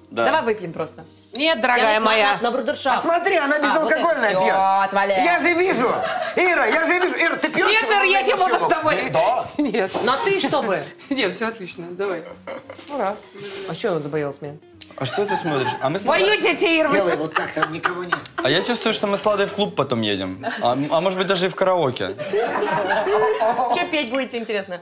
S7: Да.
S10: давай выпьем просто.
S7: Нет, дорогая
S10: Я на-
S7: моя.
S10: На, на, брудершафт.
S5: Посмотри, она
S10: А, вот
S5: безалкогольная
S10: это всё,
S5: пьет.
S10: отваляй.
S5: Я же вижу. Ира, я же вижу. Ира, ты пьешь?
S7: Нет, Ира, я не буду с тобой.
S5: Да.
S7: Нет.
S10: Ну а ты что бы?
S7: Нет, все отлично, давай. Ура.
S10: А что она забоялась меня?
S6: А что ты смотришь? А мы с Ладой-
S7: Боюсь я тебя, Ира.
S5: Делай вот так, там никого нет.
S6: А я чувствую, что мы с Ладой в клуб потом едем. А, м- а может быть, даже и в караоке.
S10: Что петь будете, интересно?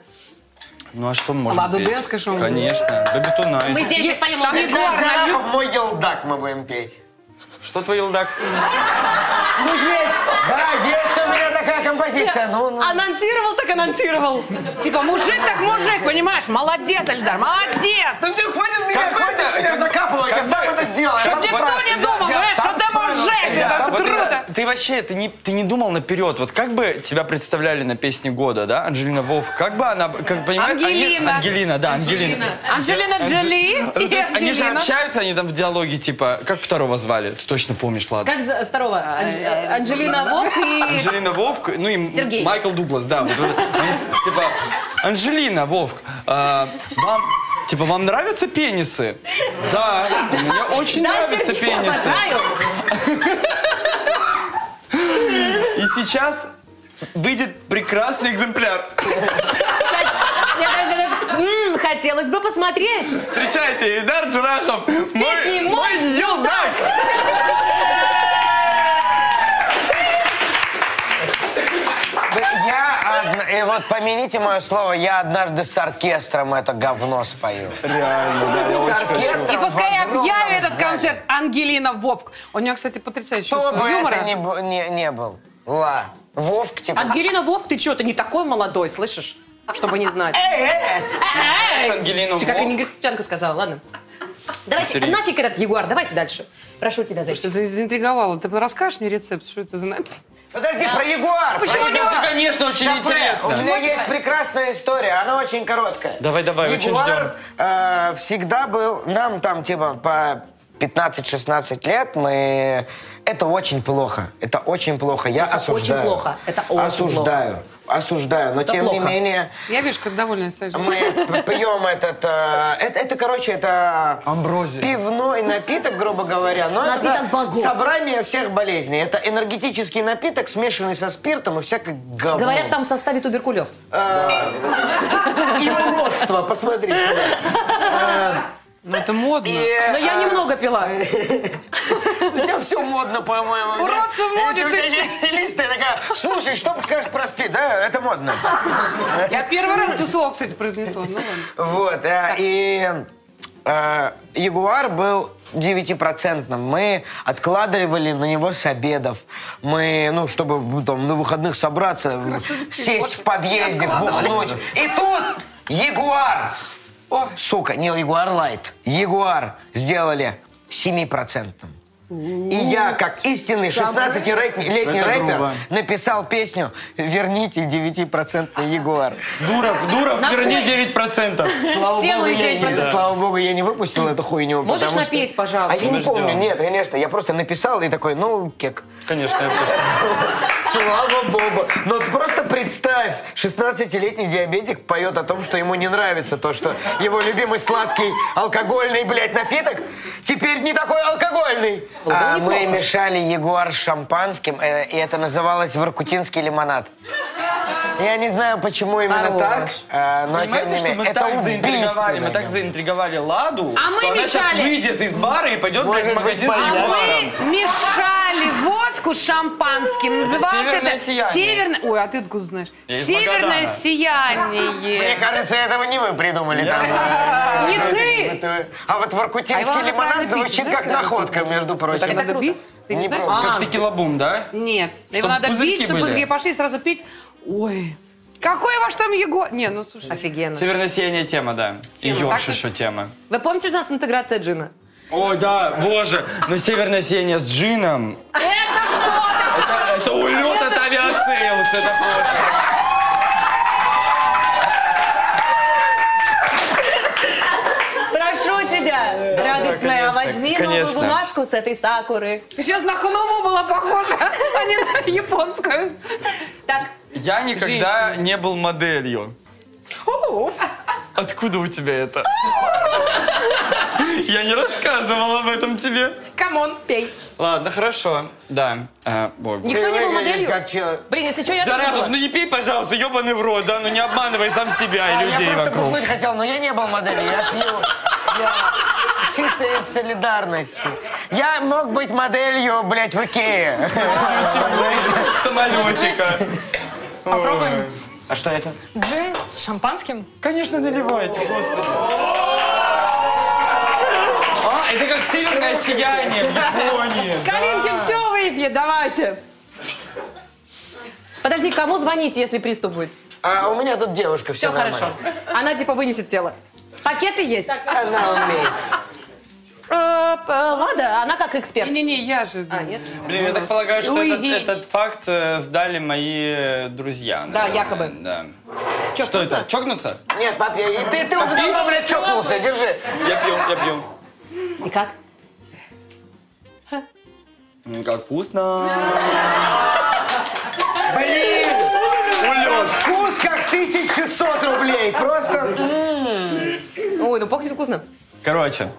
S6: Ну а что мы можем
S10: Ладу
S6: петь?
S10: Дэнс, конечно, мы будем.
S6: Конечно. Бэби
S10: Мы
S6: Тунайт.
S10: здесь сейчас поем.
S5: Там
S10: Лада
S5: есть
S10: Дэнс.
S5: Джарахов, мой елдак мы будем петь.
S6: Что твой елдак?
S5: Ну есть! Да, есть у меня такая композиция. Ну, ну.
S10: Анонсировал, так анонсировал.
S7: Типа мужик так мужик, понимаешь? Молодец, Эльдар, молодец.
S5: Ну все, хватит меня,
S6: Какой
S5: хватит
S6: ты-
S5: меня
S6: как-
S5: закапывать, я
S6: какой-
S5: сам это сделал. я
S7: Чтоб
S5: сам
S7: никто
S5: справился.
S7: не думал,
S5: Я
S7: знаешь,
S5: сам
S7: что ты
S5: справился,
S7: мужик,
S5: я
S7: да,
S5: сам
S7: ты
S6: Вот
S7: круто.
S6: это- ты вообще, ты не, ты не думал наперед, вот как бы тебя представляли на песне года, да, Анжелина Вов, как бы она, как понимаешь, они-
S7: Ангелина.
S6: Ангелина, да, Ангелина.
S7: Анджелина Джоли
S6: Ну,
S7: и
S6: то есть Они же
S7: Ангелина.
S6: общаются, они там в диалоге, типа, как второго звали? Ты точно помнишь, ладно?
S10: Как за- второго? Анж- э, Анджелина Вовк и...
S6: Анжелина Вовк, ну и М-
S10: Сергей.
S6: Майкл Дуглас, да. вот это. Они с- типа, Анжелина Вовк, а, вам, типа, вам нравятся пенисы? Да, мне очень
S10: Да,
S6: нравятся
S10: Сергей,
S6: пенисы.
S10: обожаю.
S6: И сейчас выйдет прекрасный экземпляр.
S10: Мне даже, даже... м, хотелось бы посмотреть.
S6: Встречайте, Эльдар Джурахов, мой,
S10: песней «Мой
S6: мой елдак!
S5: Да Я одна- И вот помяните мое слово, я однажды с оркестром это говно спою.
S6: Реально, да, я
S5: С
S6: очень
S5: оркестром
S7: И пускай
S5: в огромном
S7: объявит этот
S5: зале.
S7: концерт Ангелина Вовк. У нее, кстати, потрясающий
S5: Кто
S7: чувство
S5: бы
S7: юмора.
S5: это ни бу- не, не был. Ла. Вовк, типа.
S10: Ангелина Вовк, ты что, ты не такой молодой, слышишь? Чтобы не знать. Эй!
S6: Ангелину
S10: Ты как
S6: Вовк.
S10: негритянка сказала, ладно. Давайте,
S6: Серьёзно.
S10: нафиг этот Ягуар, давайте дальше. Прошу тебя,
S7: Что
S10: Зайчик.
S7: за заинтриговало? Ты расскажешь мне рецепт, что это за напиток?
S5: Подожди, про Ягуар. про Ягуар.
S6: Даже, конечно, очень
S5: Да, бля, У
S6: интересно.
S5: меня есть прекрасная история, она очень короткая.
S6: Давай, давай, очень ждем.
S5: Ягуар э, всегда был, нам там типа по 15-16 лет, мы... Это очень плохо, это очень плохо, я
S10: Это очень
S5: осуждаю.
S10: плохо, это очень
S5: Осуждаю, осуждаю, но
S10: Это
S5: тем
S10: плохо.
S5: не менее...
S7: Я вижу, как довольная стать.
S5: Мы п- пьем этот, э, это, это, короче, это
S6: Амброзия.
S5: пивной напиток, грубо говоря, но это да,
S10: Напиток богов.
S5: собрание всех болезней. Это энергетический напиток, смешанный со спиртом и всякой говно.
S6: ну.
S10: Говорят, там в составе туберкулез.
S5: И уродство, посмотри. сюда.
S7: Ну это модно.
S10: Но я немного пила.
S5: У тебя все модно, по-моему.
S7: Уродство
S5: Эти
S7: модно,
S5: у тебя
S7: ты че?
S5: есть стилисты, и такая, слушай, что скажешь про спид, да? Это модно.
S7: Я первый раз это слово, кстати, произнесла. Ну ладно.
S5: Вот, э, и э, Ягуар был 9%. Мы откладывали на него с обедов. Мы, ну, чтобы ну, там на выходных собраться, сесть в подъезде, бухнуть. И тут Ягуар! Сука, не Ягуар Лайт. Ягуар сделали 7%. И я, как истинный 16-летний
S6: Это
S5: рэпер,
S6: грубо.
S5: написал песню «Верните 9% Ягуар».
S6: Дуров, Дуров,
S10: На
S6: верни
S10: кой?
S6: 9%.
S5: Слава
S10: Все
S5: богу,
S10: мои
S5: я не,
S10: 9%.
S5: слава богу, я не выпустил эту хуйню.
S10: Можешь
S5: потому
S10: напеть,
S5: что-
S10: пожалуйста?
S5: А я не
S6: Мы ждем.
S5: помню, нет, конечно. Я просто написал и такой, ну, кек.
S6: Конечно, я просто...
S5: Слава богу. Ну, вот просто представь, 16-летний диабетик поет о том, что ему не нравится то, что его любимый сладкий алкогольный, блядь, напиток теперь не такой алкогольный.
S10: было
S5: А
S10: неплохо.
S5: мы мешали Ягуар с шампанским, э, и это называлось воркутинский лимонад. Я не знаю, почему именно
S10: Хорош.
S5: так, э, но тем
S6: Понимаете,
S5: не
S6: что
S5: менее,
S6: мы
S5: это
S6: так заинтриговали, мы
S5: убийственно.
S6: так заинтриговали Ладу,
S7: А
S6: что
S7: мы
S6: она сейчас
S7: мешали.
S6: выйдет из бара и пойдет блядь,
S5: Может
S6: в
S5: быть,
S6: магазин за
S5: поедем.
S7: А
S6: Ягуаром.
S7: мы мешали водку с шампанским. Называлось
S6: «Северное
S7: это
S6: сияние».
S7: «Северное-» Ой, а ты откуда знаешь?
S6: Я из
S7: Северное
S6: Магадана.
S5: Мне
S6: Э.
S7: сияние.
S5: кажется, этого не вы придумали там.
S10: Не ты!
S5: Это- А вот
S7: А его
S5: воркутинский
S7: надо
S5: лимонад
S7: правильно
S5: звучит
S7: пить,
S5: как
S7: да, да?
S5: находка, между
S7: Так
S5: прочим.
S7: надо
S10: круто.
S7: бить? Ты не
S5: Не
S7: знаешь?
S5: пробовал.
S6: Как
S10: А,
S6: текилабум, да?
S7: Нет. Его
S6: Чтоб
S7: надо
S6: пузырьки
S7: бить, чтобы
S6: были.
S7: пузырьки пошли, и сразу пить. Ой, какой ваш там его... Не, ну слушай.
S10: Офигенно.
S6: Северное сияние тема, да. И Йоркшир еще тема.
S10: Вы помните, у нас интеграция джина?
S6: Ой, да, боже, но северное сияние с джином. Это что? Это, улет от авиасейлс, это просто.
S10: Прошу тебя, радость
S6: да,
S10: моя,
S6: конечно,
S10: возьми
S6: конечно.
S10: новую бумажку с этой сакуры.
S7: Ты сейчас на хануму была похожа, а не на японскую.
S10: Так,
S6: Я никогда не был моделью. Откуда у тебя это? Я не рассказывал об этом тебе.
S10: Камон, пей.
S9: Ладно, хорошо.
S6: Да. а, бог.
S10: Никто не был моделью? Блин, если что, я тоже
S6: Зарахов,
S10: была.
S6: ну не пей, пожалуйста, ебаный в рот, да? Ну не обманывай сам
S10: А,
S6: себя и людей
S5: я просто
S6: вокруг.
S5: бухнуть хотел, но я не был моделью, я пью. Я чисто из солидарности. Я мог быть моделью, блядь, в Икее.
S6: Самолетика.
S8: Попробуем.
S5: А что это?
S8: Джин с шампанским?
S6: Конечно, наливайте, господи. А, это как северное сияние в Японии.
S10: Калинкин все выпьет, давайте. Подожди, кому звонить, если приступ будет?
S5: А у меня тут девушка, все,
S10: Все хорошо. Она типа вынесет тело. Пакеты есть?
S5: Она умеет.
S10: Э, п- э, Лада, она как эксперт.
S7: Не-не-не, я же... А, нет?
S6: Блин, я так полагаю, что
S7: Ой.
S6: этот, этот факт э, сдали мои э, друзья.
S10: Да,
S6: наверное,
S10: якобы.
S6: Да. Что это? Чокнуться?
S5: Нет, пап, я... и ты, ты уже давно, блядь, чокнулся, держи.
S6: Я пью, я пью.
S10: И как?
S6: М, Как вкусно.
S5: Блин! Вкус как 1600 рублей, просто...
S10: Ой, ну пахнет вкусно.
S6: Короче.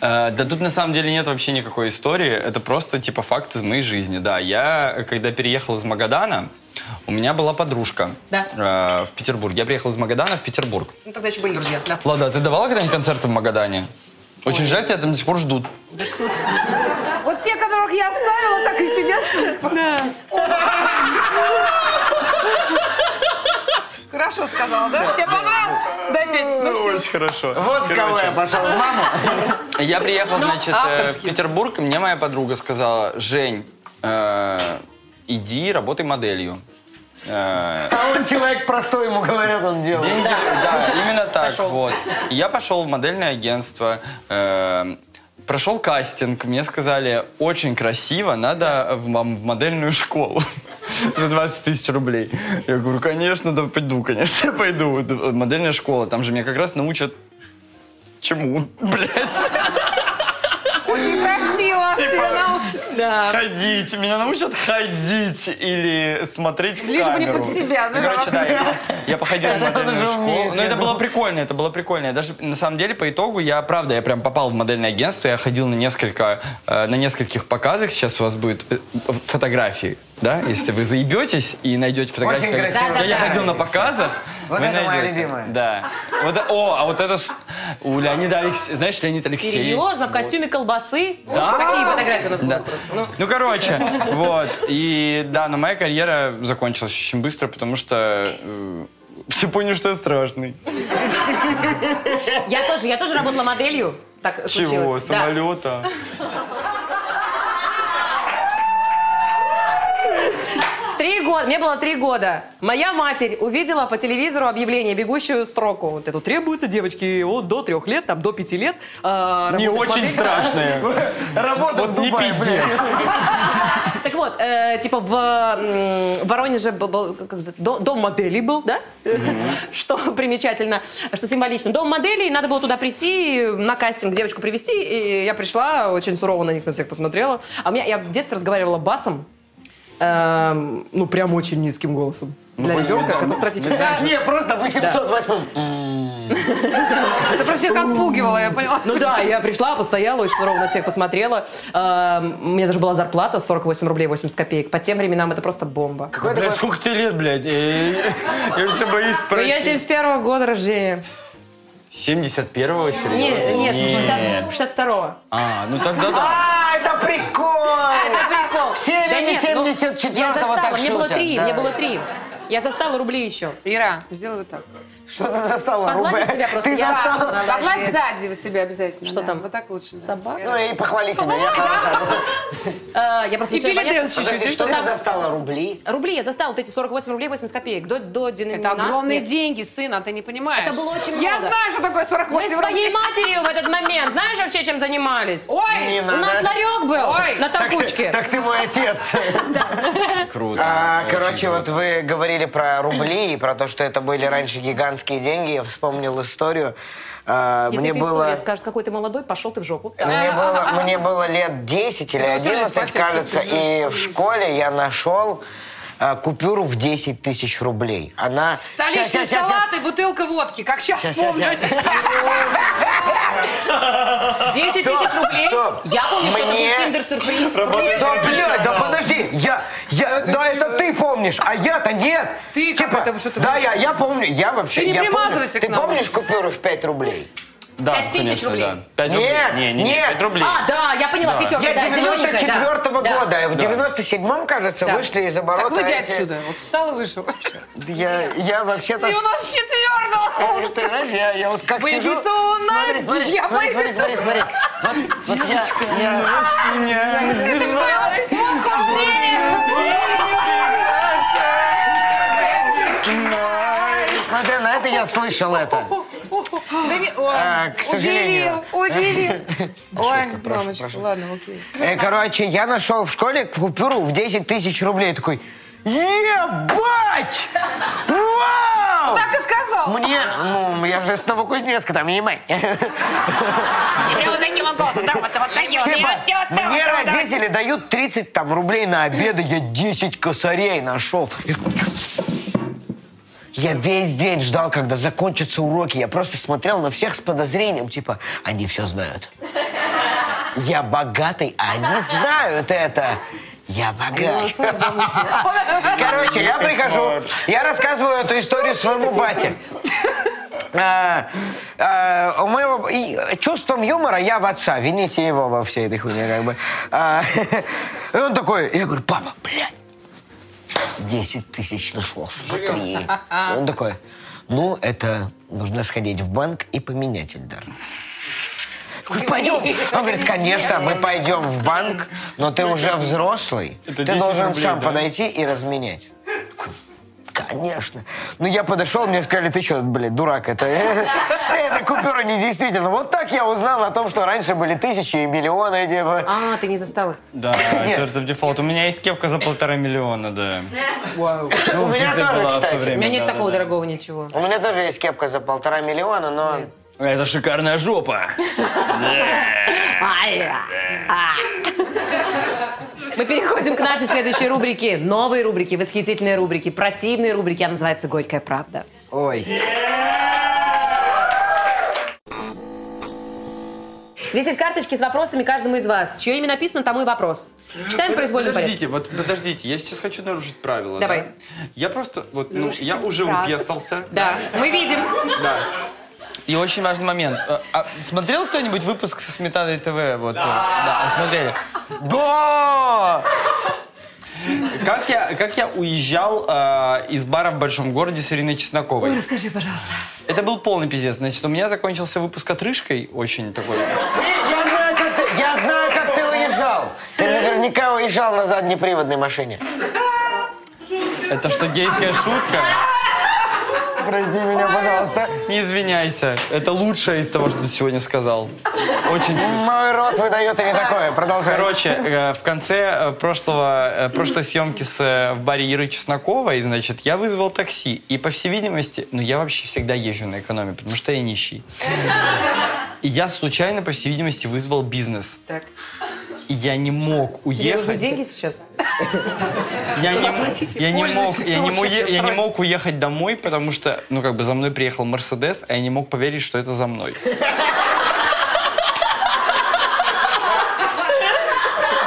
S6: э, Да тут на самом деле нет вообще никакой истории, это просто типа факт из моей жизни, да. Я, э, когда переехал из Магадана, у меня была подружка
S10: Да.
S6: э, в Петербург. Я приехал из Магадана в Петербург.
S10: Ну тогда еще были друзья, да.
S6: Лада, а ты давала когда-нибудь концерты в Магадане? Очень жаль, тебя там до сих пор ждут.
S7: Вот те, которых я оставила, так и сидят. Хорошо сказала, да? Тебе понравилось? Дай пять. Ну все.
S6: хорошо.
S5: Вот в кого я пошел, мама.
S6: Я приехал, значит, э, в
S7: авторский.
S6: Петербург, и мне моя подруга сказала, Жень, э, иди работай моделью. Э,
S5: А он человек простой, ему говорят, он делает.
S6: Деньги, да, именно так. Вот. И Я пошел в модельное агентство. э, Прошел кастинг, мне сказали, очень красиво, надо в- вам в модельную школу за 20 тысяч рублей. Я говорю, конечно, да пойду, конечно, пойду. Вот, э, Модельная школа, там же меня как раз научат чему, блядь,
S7: Очень красиво. тебя научат. Да.
S6: ходить. Меня научат ходить или смотреть в
S7: Лишь бы не
S6: камеру.
S7: под себя,
S6: Ну,
S7: да?
S6: короче, да, я, я походил в модельную
S5: же
S6: школу.
S5: уметь,
S6: Но
S5: я
S6: это было
S5: думаю.
S6: прикольно, это было прикольно. Я даже, на самом деле, по итогу, я, правда, я прям попал в модельное агентство, я ходил на несколько, э, на нескольких показах, сейчас у вас будет э, фотографии, да, если вы заебетесь и найдете фотографии.
S5: Очень красиво.
S6: когда я
S5: Да-да-да.
S6: ходил на показах,
S5: Вот
S6: вы
S5: это моя
S6: найдете.
S5: любимая.
S6: Да. Вот, э- о, а вот это с- у Леонида Алексеевича, знаешь, Леонид Алексеевич.
S10: Серьезно, в костюме колбасы?
S6: Да.
S10: Какие Ну, фотографии у нас
S6: Да.
S10: будут просто? Ну,
S6: Ну, короче, вот. И да, но моя карьера закончилась очень быстро, потому что э, все поняли, что я страшный.
S10: я тоже, я тоже работала моделью.
S6: Чего?
S10: Так случилось. Да.
S6: Самолета?
S10: В Три года, мне было три года. Моя матерь увидела по телевизору объявление, бегущую строку. Вот эту требуется девочки от до трех лет, там до пяти лет. а,
S6: Не
S10: работать
S6: очень
S10: моделью».
S6: страшное.
S5: Работа в
S6: Вот не
S5: Дубае,
S6: пиздец.
S10: Так вот, э, типа в м, Воронеже б- был как это, до- дом моделей был, да? Что примечательно, что символично. Дом моделей, надо было туда прийти, на кастинг девочку привезти. И я пришла, очень сурово на них на всех посмотрела. А у меня, я в детстве разговаривала басом, эм, ну прям очень низким голосом. Для
S6: понятно,
S10: ребенка
S6: да, ну,
S10: катастрофично.
S5: Не, просто 808.
S7: Это просто всех отпугивало, я поняла.
S10: Ну да, я пришла, постояла, очень ровно на всех посмотрела. Эм, У меня даже была зарплата 48 рублей 80 копеек. По тем временам это просто бомба.
S5: Какой такой
S6: Блядь, сколько тебе лет, блядь? Э, Я все боюсь
S10: Ну, я
S6: спросить.
S10: 71 года рождения.
S6: 71-го,
S10: Нет,
S6: серьезно?
S10: нет, 60 62-го.
S6: А, ну тогда да.
S5: А, это прикол!
S10: А, Это прикол.
S5: Все ли они
S10: нет, ну,
S5: 74-го
S10: Я застала,
S5: так
S10: мне было
S5: шутят?
S10: три,
S5: Да.
S10: мне было три. Я застала рубли еще.
S7: Ира, сделай вот так.
S5: Что ты застала,
S10: Погладить
S5: Рубе?
S10: себя просто.
S5: Ты
S10: Я-
S5: застала?
S10: Молодец.
S7: Погладь сзади вы себя обязательно.
S10: Что
S7: да.
S10: там?
S7: Вот так лучше. да. Э,
S10: Собака?
S5: Ну и похвали себя. я хорошая.
S10: Э, Я просто
S7: И
S10: начала
S7: Билли Дэнс
S10: бояться.
S7: чуть-чуть.
S5: Подожди,
S7: и
S5: Что ты
S7: там?
S5: застала, рубли?
S10: Рубли я застала, вот эти 48 рублей 80 копеек. До, до
S7: Это огромные
S10: деньги.
S7: деньги, сын, а ты не понимаешь.
S10: Это было очень
S7: Я
S10: много.
S7: знаю, что такое
S10: Мы
S7: 48
S10: с твоей матерью в этот момент, знаешь вообще, чем занимались?
S7: Ой!
S5: Не
S10: У
S5: надо.
S10: нас ларек был
S7: Ой.
S10: на
S5: Так-
S10: толкучке.
S5: Так ты мой отец.
S6: Круто.
S5: А,
S6: Очень
S5: короче,
S6: круто.
S5: вот вы говорили про рубли и про то, что это были раньше гигантские деньги. Я вспомнил историю. А,
S10: Если
S5: Мне
S10: эта
S5: было...
S10: история скажет, какой ты молодой, пошел ты в жопу. Так.
S5: Мне
S12: А,
S5: было,
S12: Ну,
S5: мне было лет 10 или 11, кажется, и в школе я нашел э, а, купюру в 10 тысяч рублей. Она... Щас,
S12: Столичный
S5: щас, щас, щас.
S12: салат и бутылка водки, как сейчас
S5: Щас, щас,
S12: помню.
S5: щас.
S10: 10 тысяч рублей? Я помню, что это
S5: Мне-
S10: был киндер-сюрприз.
S5: Да, блядь, да подожди, я, я, да это ты помнишь, а я-то нет. Типа,
S12: Ты как это, что ты
S5: Да, я, я помню, я вообще,
S12: Ты не
S5: я помню.
S12: примазывайся к
S5: Ты
S12: нам.
S5: помнишь купюру в 5 рублей?
S6: Да,
S10: Пять тысяч
S6: конечно,
S10: рублей?
S6: да. Пять рублей.
S5: Нет,
S6: Не, не, не,
S5: нет.
S6: пять рублей.
S10: А, да, я поняла,
S6: Да.
S10: пятерка,
S5: Я
S10: да, зелененькая.
S5: 94
S10: да.
S5: года, а в 97-м, кажется,
S10: Да.
S5: вышли из оборота.
S12: Так выйди
S5: эти-
S12: отсюда. Вот встал и вышел.
S5: Я, я вообще-то...
S12: Ты у нас четвертого.
S5: Э, Ты знаешь, я, я вот как
S12: Baby
S5: сижу...
S12: tonight,
S5: Смотри, смотри,
S12: я
S5: смотри,
S12: baby
S5: смотри, смотри, смотри. Вот, вот я... я- Смотри, на это я слышал это. А, к сожалению.
S12: Удивил, удивил. Ой,
S5: Шутка, прошу,
S12: мамочка,
S5: прошу.
S12: ладно, окей.
S5: Э, короче, я нашел в школе купюру в 10 тысяч рублей. Такой, ебать! Ну, Вау!
S12: Так и сказал.
S5: Мне, ну, я же с Новокузнецка, там, ебать.
S8: И вот таким вот голосом, да, вот, вот таким вот, и
S5: Типа,
S8: вот, и вот так
S5: мне
S8: вот, да.
S5: родители дают 30 там, рублей на обеды, я 10 косарей нашел. Я весь день ждал, когда закончатся уроки. Я просто смотрел на всех с подозрением, типа, они все знают. Я богатый, а они знают это. Я богат. Короче, я прихожу, я рассказываю эту историю своему бате. А, а, у моего и чувством юмора я в отца, вините его во всей этой хуйне, как бы. А, и он такой, я говорю, папа, блядь, 10 тысяч нашел, смотри. И он такой, ну, это нужно сходить в банк и поменять, Эльдар. Я говорю, Пойдем. Он говорит, конечно, мы пойдем в банк, но ты уже взрослый.
S6: Это
S5: Ты
S6: 10
S5: должен
S6: рублей,
S5: сам
S6: да?
S5: подойти и разменять. Конечно. Ну, я подошел, мне сказали, ты что, блядь, дурак, это, это купюра не действительно. Вот так я узнал о том, что раньше были тысячи и миллионы, типа.
S10: А, ты не застал их.
S6: Да, чертов дефолт. У меня есть кепка за полтора миллиона, да. Ну,
S5: У меня тоже,
S10: У
S5: кстати.
S10: меня нет такого дорогого ничего.
S5: У меня тоже есть кепка за полтора миллиона, но...
S6: Это шикарная жопа.
S10: Ай, а. Мы переходим к нашей следующей рубрике. Новые рубрики, восхитительные рубрики, противные рубрики. Она называется «Горькая правда».
S5: Ой.
S10: 10 карточки с вопросами каждому из вас. Чье имя написано, тому и вопрос. Читаем в произвольном
S6: Подождите,
S10: порядке.
S6: вот подождите, я сейчас хочу нарушить правила.
S10: Давай.
S6: да? Я просто, вот, ну, я уже уестался.
S10: Да, мы видим.
S6: Да. И очень важный момент. А, а смотрел кто-нибудь выпуск со Сметаной ТВ? Вот, э, да. смотрели. Да! Как я, как я уезжал э, из бара в большом городе с Ириной Чесноковой? Ой, расскажи, пожалуйста. Это был полный пиздец. Значит, у меня закончился выпуск отрыжкой, очень такой.
S5: Я знаю, как ты, я знаю, как ты уезжал. Ты наверняка уезжал на заднеприводной машине.
S6: Это что, гейская шутка?
S5: Прости меня, пожалуйста.
S6: Не извиняйся. Это лучшее из того, что ты сегодня сказал. Очень смешно.
S5: Мой рот выдает или такое. Продолжай.
S6: Короче, э, в конце э, прошлого, э, прошлой съемки с, э, в баре Иры Чесноковой, значит, я вызвал такси. И, по всей видимости, ну, я вообще всегда езжу на экономе, потому что я нищий. И я случайно, по всей видимости, вызвал бизнес.
S10: Так.
S6: И я не мог
S10: Тебе нужны
S6: уехать.
S10: деньги сейчас?
S6: Я не, я не мог,
S12: пользуйтесь
S6: я не, му-
S12: вообще,
S6: я не
S12: срочно.
S6: мог уехать домой, потому что, ну, как бы за мной приехал Мерседес, а я не мог поверить, что это за мной.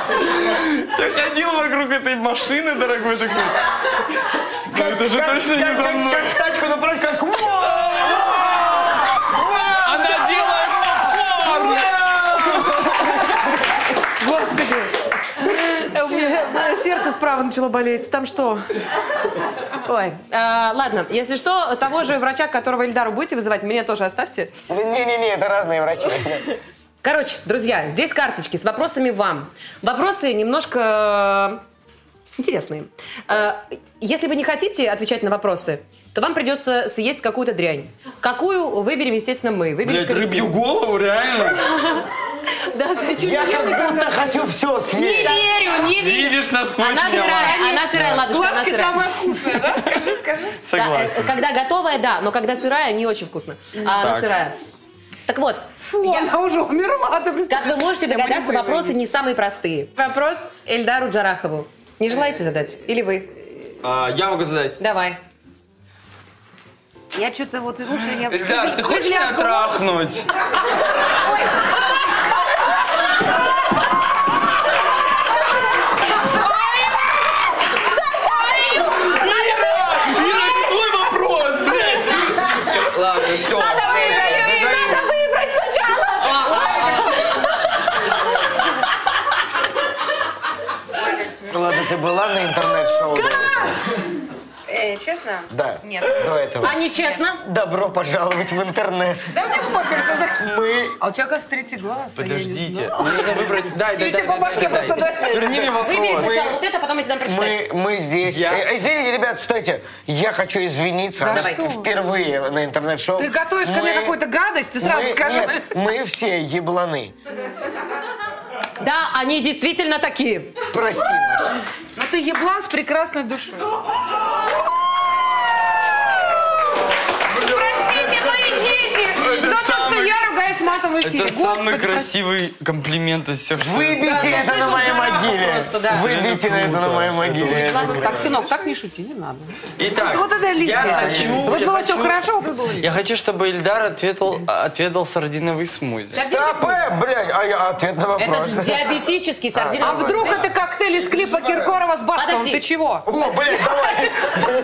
S6: Я ходил вокруг этой машины, дорогой, такой. «Ну, Это же точно не за мной.
S5: Как в тачку направь, как...
S6: Она делает
S1: Господи! Э, У меня э, сердце справа начало болеть. Там что?
S10: Ой, а, ладно, если что, того же врача, которого Эльдару будете вызывать, меня тоже оставьте.
S5: Не-не-не, это разные врачи.
S10: Короче, друзья, здесь карточки с вопросами вам. Вопросы немножко э, интересные. Э, Если вы не хотите отвечать на вопросы, то вам придется съесть какую-то дрянь. Какую выберем, естественно, мы. Выберем
S6: Блять, рыбью голову, реально?
S10: Да, зачем?
S5: Я как будто хочу все съесть.
S12: Верю, не верю.
S6: Видишь насквозь
S10: Она
S6: меня,
S10: сырая,
S6: Вань.
S10: она сырая, ладушка, она
S12: Глазки
S10: сырая.
S12: самое вкусное, да? Скажи, скажи.
S10: Да, э,
S6: Согласен.
S10: Когда готовая, да, но когда сырая, не очень вкусно. А она
S6: Так.
S10: сырая. Так вот,
S7: Фу, она уже умерла. ты
S10: как
S7: представляешь?
S10: вы можете
S7: Да мы не
S10: догадаться,
S7: будем
S10: вопросы
S7: видеть.
S10: Э. не самые простые. Вопрос Эльдару Джарахову. Не желаете задать? Или вы?
S6: А, я могу задать.
S10: Давай.
S7: Я что-то вот и лучше я...
S6: Эльдар, ты хочешь меня трахнуть? Ладно, все.
S12: Надо выбрать, надо выбрать сначала.
S5: Ладно, ты была на интернет-шоу?
S12: Эй, Э, честно?
S5: Да.
S12: Нет.
S5: До этого.
S12: А
S10: нечестно?
S5: Добро пожаловать в интернет.
S12: Да мне пофиг, это за-
S5: Мы...
S7: А у тебя, кажется, третий глаз.
S6: Подождите, мне нужно выбрать... Дай, дай,
S7: Видите,
S6: дай,
S7: по башке
S6: дай, дай,
S7: просто
S6: дай.
S7: дать.
S6: Верни мне
S10: Выбери
S6: вопрос.
S10: сначала вот это, потом я дам прочитать.
S5: Мы, мы здесь.
S6: Я-
S5: Э, э, Извините, ребят, стойте. Я хочу извиниться.
S7: За
S5: Она
S7: что?
S5: Впервые на интернет-шоу.
S7: Ты готовишь ко мне
S5: Мы-
S7: какую-то гадость, ты сразу
S5: мы-
S7: скажи.
S5: нет, мы все ебланы.
S10: Да, они действительно такие.
S5: Прости нас.
S7: Ну ты еблан с прекрасной душой.
S12: Простите, мои дети, за то, что я ругаюсь матом в эфире.
S6: Это самый
S12: Господи,
S6: красивый комплимент из всех, что я
S5: Выбейте
S6: слышал.
S5: это на моей могиле. Выбейте
S6: Реально
S5: это на
S6: круто.
S5: моей могиле.
S7: Так, сынок, так не шути, не надо.
S6: Итак,
S7: Вот это лишнее.
S6: я хочу...
S7: Вот
S6: я
S7: было
S6: хочу-
S7: все хорошо, а вот было лишнее.
S6: Я хочу, чтобы Эльдар ответил, отведал сардиновый смузи.
S5: Стопэ, блядь, а я ответ на
S10: Это
S5: вопрос.
S10: диабетический сардиновый
S7: А вдруг это коктейль из клипа Киркорова с Бастовым?
S10: Подожди.
S7: Ты чего?
S5: О, блядь, давай.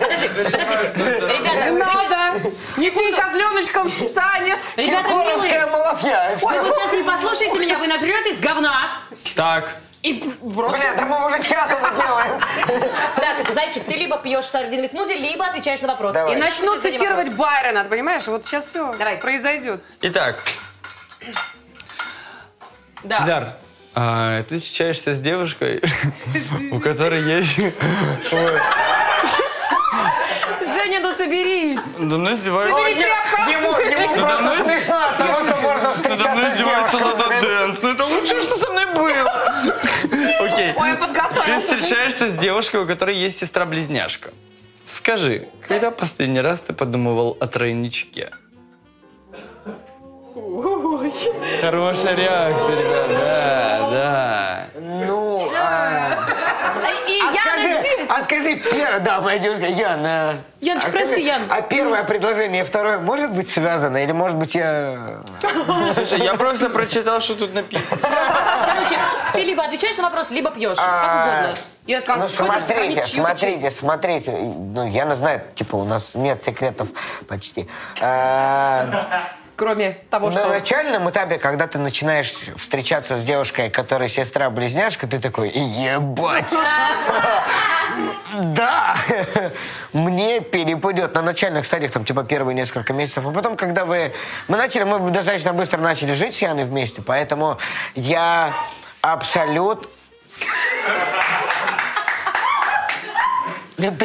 S10: Подожди, подождите.
S7: Не
S10: Ребята,
S7: надо! Не пей козленочком, станешь!
S10: Ребята,
S5: Киркоровская малафья.
S10: Ой, вы сейчас не послушаете меня, вы нажретесь говна.
S6: Так,
S10: И п- в рот.
S5: Бля, да мы уже час это делаем.
S10: Так, зайчик, ты либо пьешь сардиновый смузи, либо отвечаешь на вопрос.
S5: Давай.
S7: И
S10: Иначе
S7: начну
S10: шутите за
S7: цитировать
S10: вопрос.
S7: Байрона, ты понимаешь? Вот сейчас все
S10: Давай.
S7: произойдет.
S6: итак,
S10: Да.
S6: Эльдар, а, ты встречаешься с девушкой, у которой есть... Ой,
S10: Женя, ну соберись.
S6: Надо мной издеваются...
S7: Соберись, тряпка!
S5: Ему, ему
S6: Надо
S5: просто
S6: мной-
S5: смешно от того, что можно
S6: Надо
S5: встречаться
S6: мной
S5: с
S6: издевается
S5: девушкой.
S6: Лада Дэнс. Ну это лучшее, что со мной было. Окей.
S7: Ой, я
S6: Ты
S7: подготовился.
S6: встречаешься с девушкой, у которой есть сестра-близняшка. Скажи, когда последний раз ты подумывал о тройничке? Хорошая реакция, ребят, да,
S5: Ну, а...
S10: И
S5: а скажи,
S10: Яна здесь.
S5: А скажи, первое, да, моя девушка, Яна.
S10: Яночка,
S5: а
S10: прости,
S5: скажи,
S10: Ян.
S5: А первое предложение и второе может быть связано? Или может быть я...
S6: да. Слушай, я просто прочитал, что тут написано.
S10: Короче, ты либо отвечаешь на вопрос, либо пьешь. Как
S5: А.
S10: угодно. Я сказала, а
S5: Ну, смотрите, смотрите, смотрите. Ну, Яна знает, типа, у нас нет секретов почти. А,
S10: Кроме того,
S5: на
S10: что...
S5: Ну, начальном этапе, когда ты начинаешь встречаться с девушкой, которая сестра-близняшка, ты такой, ебать! Да! Мне перепадет. На начальных стадиях, там, типа, первые несколько месяцев. А потом, когда вы... Мы начали, мы достаточно быстро начали жить с Яной вместе, поэтому я абсолют... Ты, Ян,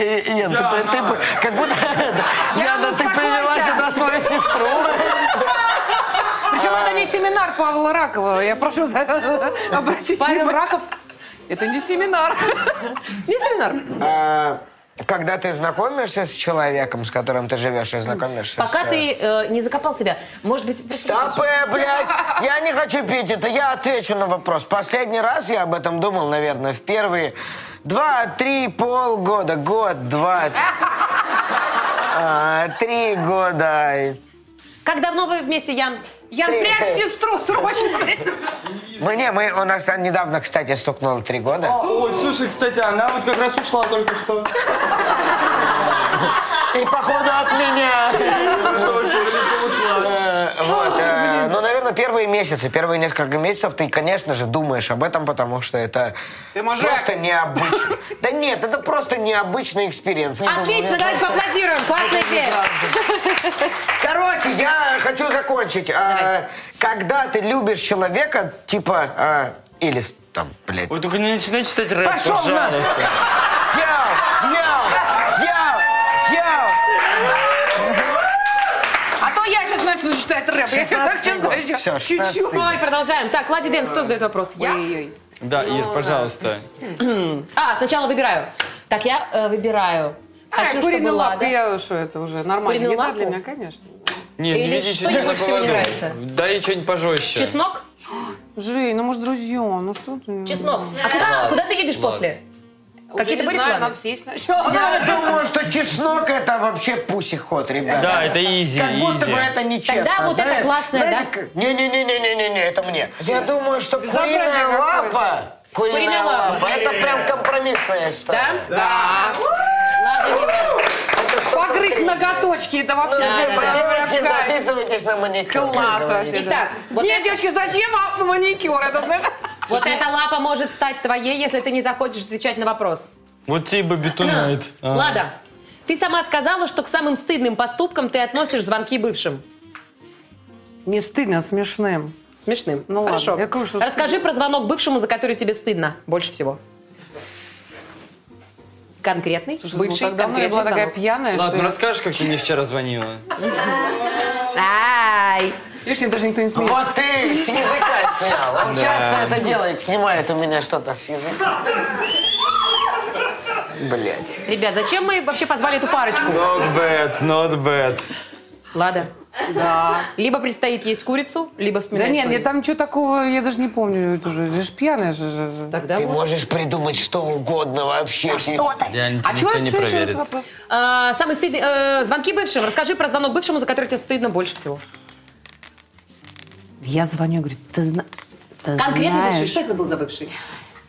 S5: ты, ты- ты- как будто... Яна, ты
S7: успокойся.
S5: привела сюда свою сестру.
S7: Причем это не семинар Павла Ракова. Я прошу за... обратить
S10: Павел
S7: внимание.
S10: Раков,
S7: Это не семинар.
S10: не семинар.
S5: А, когда ты знакомишься с человеком, с которым ты живешь, и знакомишься
S10: Пока
S5: с...
S10: ты э, не закопал себя, может быть, просто...
S5: Да, б, блядь, я не хочу пить это, я отвечу на вопрос. Последний раз я об этом думал, наверное, в первые два, три, полгода, год, два, а, три года.
S10: Как давно вы вместе, Ян?
S7: Ян, прячь сестру срочно.
S5: Мы не, мы, у нас недавно, кстати, стукнуло три года.
S6: Ой, слушай, кстати, она вот как раз ушла только что.
S5: И походу от меня. Э, Вот, э, ну, наверное, первые месяцы, первые несколько месяцев ты, конечно же, думаешь об этом, потому что это
S7: Ты мужик.
S5: просто необычно. Да нет, это просто необычный экспириенс.
S10: Отлично, давайте поаплодируем. Классная идея.
S5: Короче, я хочу закончить. Э, Когда ты любишь человека, типа, э, или там, блядь,
S6: Ой, только не начинай читать рэп,
S5: Пошел на-
S6: пожалуйста.
S5: Йоу! Йоу! Йоу! Йоу!
S7: А то я сейчас начну читать рэп. Я сейчас так
S5: 16-й год.
S7: честно
S5: Всё,
S7: еще.
S5: 16-й
S7: Чуть-чуть.
S5: год.
S10: Ой, продолжаем. Так, Лади Дэнс, кто задает вопрос? Я?
S7: Ой-ой-ой.
S6: Да, Ир, пожалуйста.
S10: А, сначала выбираю. Так, я э, выбираю.
S7: А,
S10: Хочу, чтобы
S7: куриную лапку,
S10: Лада...
S7: я что это уже нормально.
S10: Куриную
S7: Еда
S10: лапу?
S7: для меня, конечно.
S6: Нет,
S10: Или
S6: видите,
S10: что ей больше всего не нравится?
S6: Дай что-нибудь пожестче.
S10: Чеснок?
S7: Жень, ну мы же друзья, ну что ты?
S10: Чеснок. А куда, куда ты едешь после? Какие-то
S7: не
S10: были
S7: знаю,
S10: планы?
S7: надо съесть сначала.
S5: Я думаю, что чеснок это вообще пусиход, ребята.
S6: Да, это изи,
S5: Как будто
S6: изи.
S5: бы это нечестно.
S10: Тогда вот это
S5: знаешь.
S10: классное,
S5: Знаете,
S10: да?
S5: как- Не-не-не-не-не-не, это мне. Я думаю, что
S7: Безобразие
S5: куриная
S7: какое-то.
S5: лапа...
S10: Куриная
S5: Куриная
S10: лапа.
S5: лапа. Это прям компромиссная история.
S7: Да.
S10: Ладно, Вика.
S5: Это что
S7: Погрызть
S5: быстрее.
S7: ноготочки, это вообще...
S5: Ну,
S7: отдельно.
S5: типа, девочки,
S7: Кайф.
S5: записывайтесь на маникюр. как
S7: Класс вообще.
S5: говорится.
S7: да.
S10: Итак, вот
S7: Нет,
S10: это-
S7: девочки, зачем вам маникюр? Это, знаешь...
S10: Вот эта лапа может стать твоей, если ты не захочешь отвечать на вопрос.
S6: Вот тебе а. бетунайт.
S10: А. Лада, ты сама сказала, что к самым стыдным поступкам ты относишь звонки бывшим.
S7: Не стыдно, а смешным.
S10: Смешным.
S7: Ну ладно,
S10: Хорошо.
S7: я говорю, что
S10: Расскажи про звонок бывшему, за который тебе стыдно больше всего. Конкретный, бывший,
S7: ну, так давно я
S10: конкретный
S7: была такая
S10: звонок.
S7: пьяная,
S6: Ладно,
S7: что...
S6: расскажешь, как ты мне вчера звонила?
S10: Ай!
S7: Видишь, мне даже никто не смеет.
S5: Ну, Вот ты с языка снял. Он часто это делает, снимает у меня что-то с языка. Блять.
S10: Ребят, зачем мы вообще позвали эту парочку?
S6: Not bad, not bad.
S10: Лада,
S7: Да.
S10: либо предстоит есть курицу, либо
S7: Да
S10: вспоминать
S7: нет,
S10: историю.
S7: я там ничего такого, я даже не помню это уже. Я же пьяная же. же- же.
S10: Тогда
S5: Ты
S10: вот.
S5: можешь придумать что угодно вообще.
S6: Реально,
S7: А
S6: никто
S7: чего
S6: не
S7: еще еще раз
S6: проверит.
S7: вопрос?
S10: А, самый стыдный... э, звонки бывшим. Расскажи про звонок бывшему, за который тебе стыдно больше всего.
S7: Я звоню, говорю, ты, зна... ты
S10: Конкретный
S7: знаешь,
S10: бывший. А Что это был за бывший?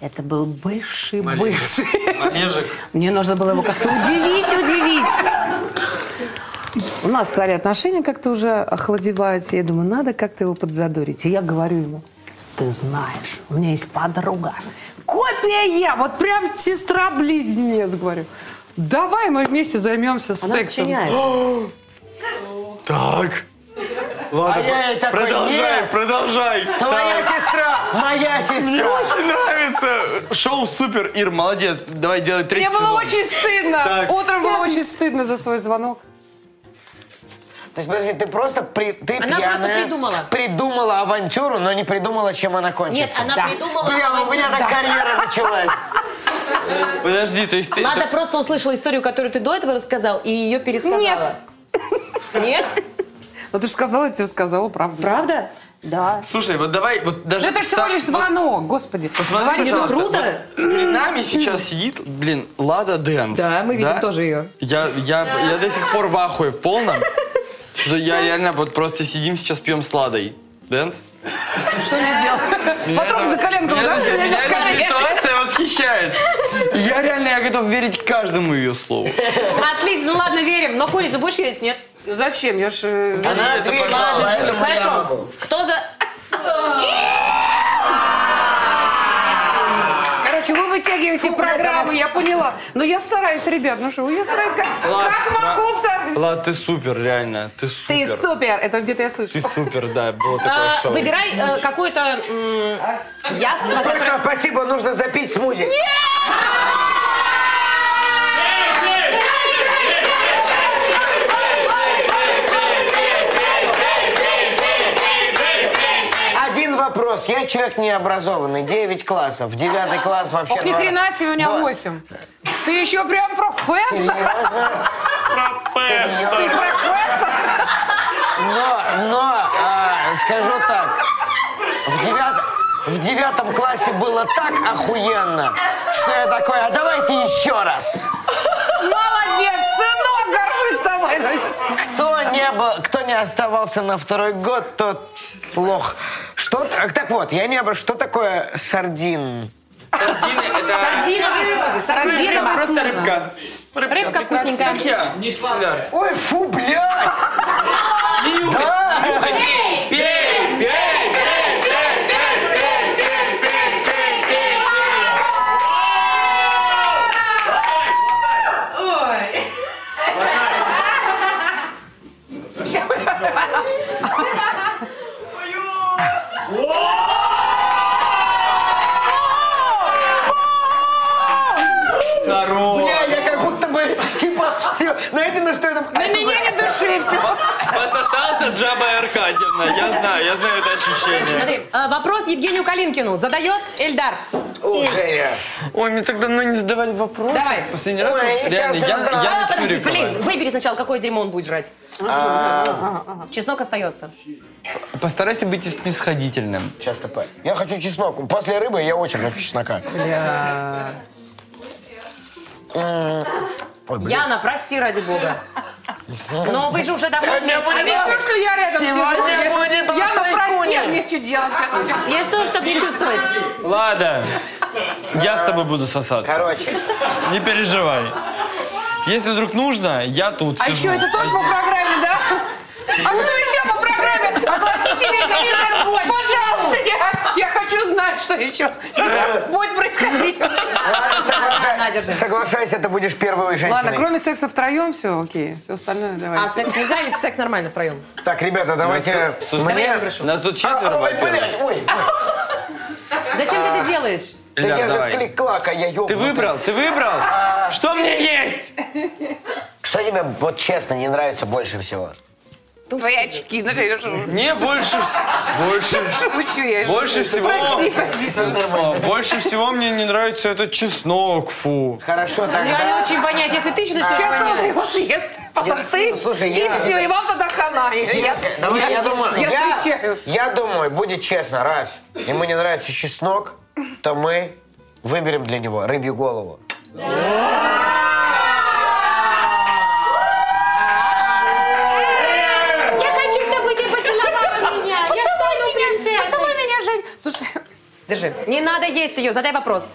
S7: это был бывший
S6: Малевич.
S7: бывший.
S6: Олежек.
S7: Мне нужно было его как-то удивить, удивить. У нас стали отношения как-то уже охладеваются. Я думаю, надо как-то его подзадорить. И я говорю ему, ты знаешь, у меня есть подруга. Копия я, вот прям сестра-близнец, говорю. Давай мы вместе займемся
S10: Она
S7: сексом.
S10: сочиняет.
S6: Так. Ладно,
S5: А я и такой,
S6: продолжай,
S5: нет.
S6: продолжай.
S5: Твоя сестра! Моя
S6: Мне
S5: сестра!
S6: очень нравится. Шоу супер, Ир, молодец. Давай делать третий
S7: Мне было
S6: сезон.
S7: очень стыдно.
S6: Так.
S7: Утром было очень стыдно за свой звонок.
S5: То есть, подожди, ты просто при, ты
S10: Она
S5: пьяная,
S10: просто придумала.
S5: придумала авантюру, но не придумала, чем она кончится.
S10: Нет, она придумала...
S5: Бля, у меня так карьера началась.
S6: Подожди, то есть ты...
S10: Лада просто услышала историю, которую ты до этого рассказал, и ее пересказала.
S7: Нет.
S10: Нет?
S7: Но Ну, ты же сказала, я тебе рассказала правду.
S10: Правда?
S7: Да.
S6: Слушай, вот давай, вот даже...
S7: Да Ну, это ж всего
S6: представь-
S7: лишь звонок, господи.
S6: Посмотри,
S7: Говори,
S10: Это
S6: пожалуйста.
S10: круто?
S6: Перед нами сейчас сидит, блин, Лада Дэнс.
S10: Да, мы видим тоже ее.
S6: Я, я, я до сих пор в ахуе в полном, что я реально вот просто сидим сейчас пьем с Ладой. Дэнс?
S7: Что не сделал? Потом за коленку,
S6: Меня
S7: да?
S6: эта-
S7: что
S6: меня
S7: меня за
S6: эта
S7: коленку?
S6: ситуация восхищает. Я реально, я готов верить каждому ее слову.
S10: Отлично, ну ладно, верим. Но курицу будешь есть, нет?
S7: Ну Зачем? Я же...
S5: Она
S6: это
S5: ответила,
S10: Ладно,
S5: поэтому я
S10: хорошо.
S5: могу.
S10: Кто за...
S7: Короче, вы вытягиваете программу, я поняла. Но я стараюсь, ребят, ну что, я стараюсь как,
S6: Ладно,
S7: как могу
S6: да.
S7: стараюсь.
S6: Лад, ты супер, реально, ты
S7: Ты
S6: супер.
S7: супер, это где-то я слышу.
S6: Ты супер, да, было такое
S10: А,
S6: шоу.
S10: Выбирай э, какое-то м, яство, которое...
S5: Точно, спасибо, нужно запить смузи. Один вопрос. Я человек необразованный. 9 классов. Девятый класс вообще...
S7: Ох, ни
S5: два-
S7: хрена себе, у меня
S5: два-
S7: восемь. Ты еще прям профессор.
S5: Серьезно?
S7: Ты
S5: Серьезно?
S7: профессор.
S5: Но, но, а, скажу так. В, девят- в девятом классе было так охуенно, что я такой, а давайте еще раз.
S7: Молодец, сынок, горжусь тобой.
S5: Кто не, был, кто не оставался на второй год, тот лох. Что, так так вот, я не обра- Что такое сардин?
S6: Сардины, это...
S7: Сардиновый
S6: Просто
S7: смузи.
S6: рыбка. Рыбка,
S10: Рыбка вкусненькая.
S6: Как я. Не
S5: Ой, фу, блядь! Бля, я как будто бы, типа, знаете, на что это...
S7: На меня не дыши, все.
S6: Пососался с жабой Аркадьевна. Я знаю, я знаю это ощущение.
S10: Смотри, э, вопрос Евгению Калинкину задает Эльдар.
S5: Уже я.
S6: Ой, мне так давно не задавали вопрос.
S10: Давай.
S6: Последний раз,
S5: Ой,
S6: вот
S5: я
S6: реально,
S5: щас
S6: я,
S5: задам.
S6: я
S10: А,
S6: не
S10: подожди,
S6: Чурикова.
S10: блин, выбери сначала, какое дерьмо он будет жрать. А, Чеснок остается.
S6: Постарайся быть снисходительным.
S5: Сейчас тп. Я хочу чеснок. После рыбы я очень хочу чеснока. М, ой, блин.
S10: Яна, прости ради бога. Но вы же уже давно
S12: Сегодня
S10: вместе.
S12: будет- Ничего, что я рядом сижу.
S10: Сегодня будет
S12: Яна,
S10: острый
S12: прости,
S10: куня.
S12: а мне что делать сейчас?
S10: Есть что, чтобы не чувствовать?
S6: Ладно, я с тобой буду сосаться.
S5: Короче.
S6: Не переживай. Если вдруг нужно, я тут
S7: А
S6: сижу.
S7: еще это тоже по программе, да? А что еще по программе? Огласите весь телевизор, пожалуйста, я, я хочу знать, что еще будет происходить.
S5: Ладно, соглашай-
S10: На, держи.
S5: Соглашайся, ты будешь первой женщиной.
S7: Ладно, кроме секса втроем все окей, все остальное давай.
S10: А секс нельзя или секс нормально втроем?
S5: Так, ребята, давайте...
S6: Ну, Слушай,
S10: Давай я
S5: Мне... А,
S10: выброшу.
S6: Нас тут четверо.
S5: Ой,
S6: во-первых.
S5: блядь, ой.
S10: Зачем ты это делаешь?
S5: Да
S6: Илья,
S5: я же
S6: давай.
S5: склик клака, я ёбнутый.
S6: Ты выбрал, ты выбрал? Что мне есть?
S5: Что тебе, вот честно, не нравится больше всего?
S12: Твои очки, ну я шучу.
S6: Мне больше вс- больше
S7: Шучу я.
S6: больше всего
S7: Прости, прости.
S6: А, больше всего мне не нравится этот чеснок, фу.
S5: Хорошо,
S10: Я
S5: тогда...
S10: не очень понять, если ты начинаешь
S7: Сейчас
S10: что-то
S7: он
S10: понять.
S7: его съест, потом ты,
S5: слушай,
S7: и
S5: я-
S7: все, и вам тогда хана. Я-
S5: Если- давай, я, думаю,
S7: я
S5: я-
S7: отвечаю.
S5: я думаю, будет честно, раз ему не нравится чеснок, то мы выберем для него рыбью голову.
S12: Я хочу, чтобы ты поцеловала меня. Поцелуй меня, поцелуй меня, Жень. Слушай,
S10: Держи. Не надо есть ее, задай вопрос.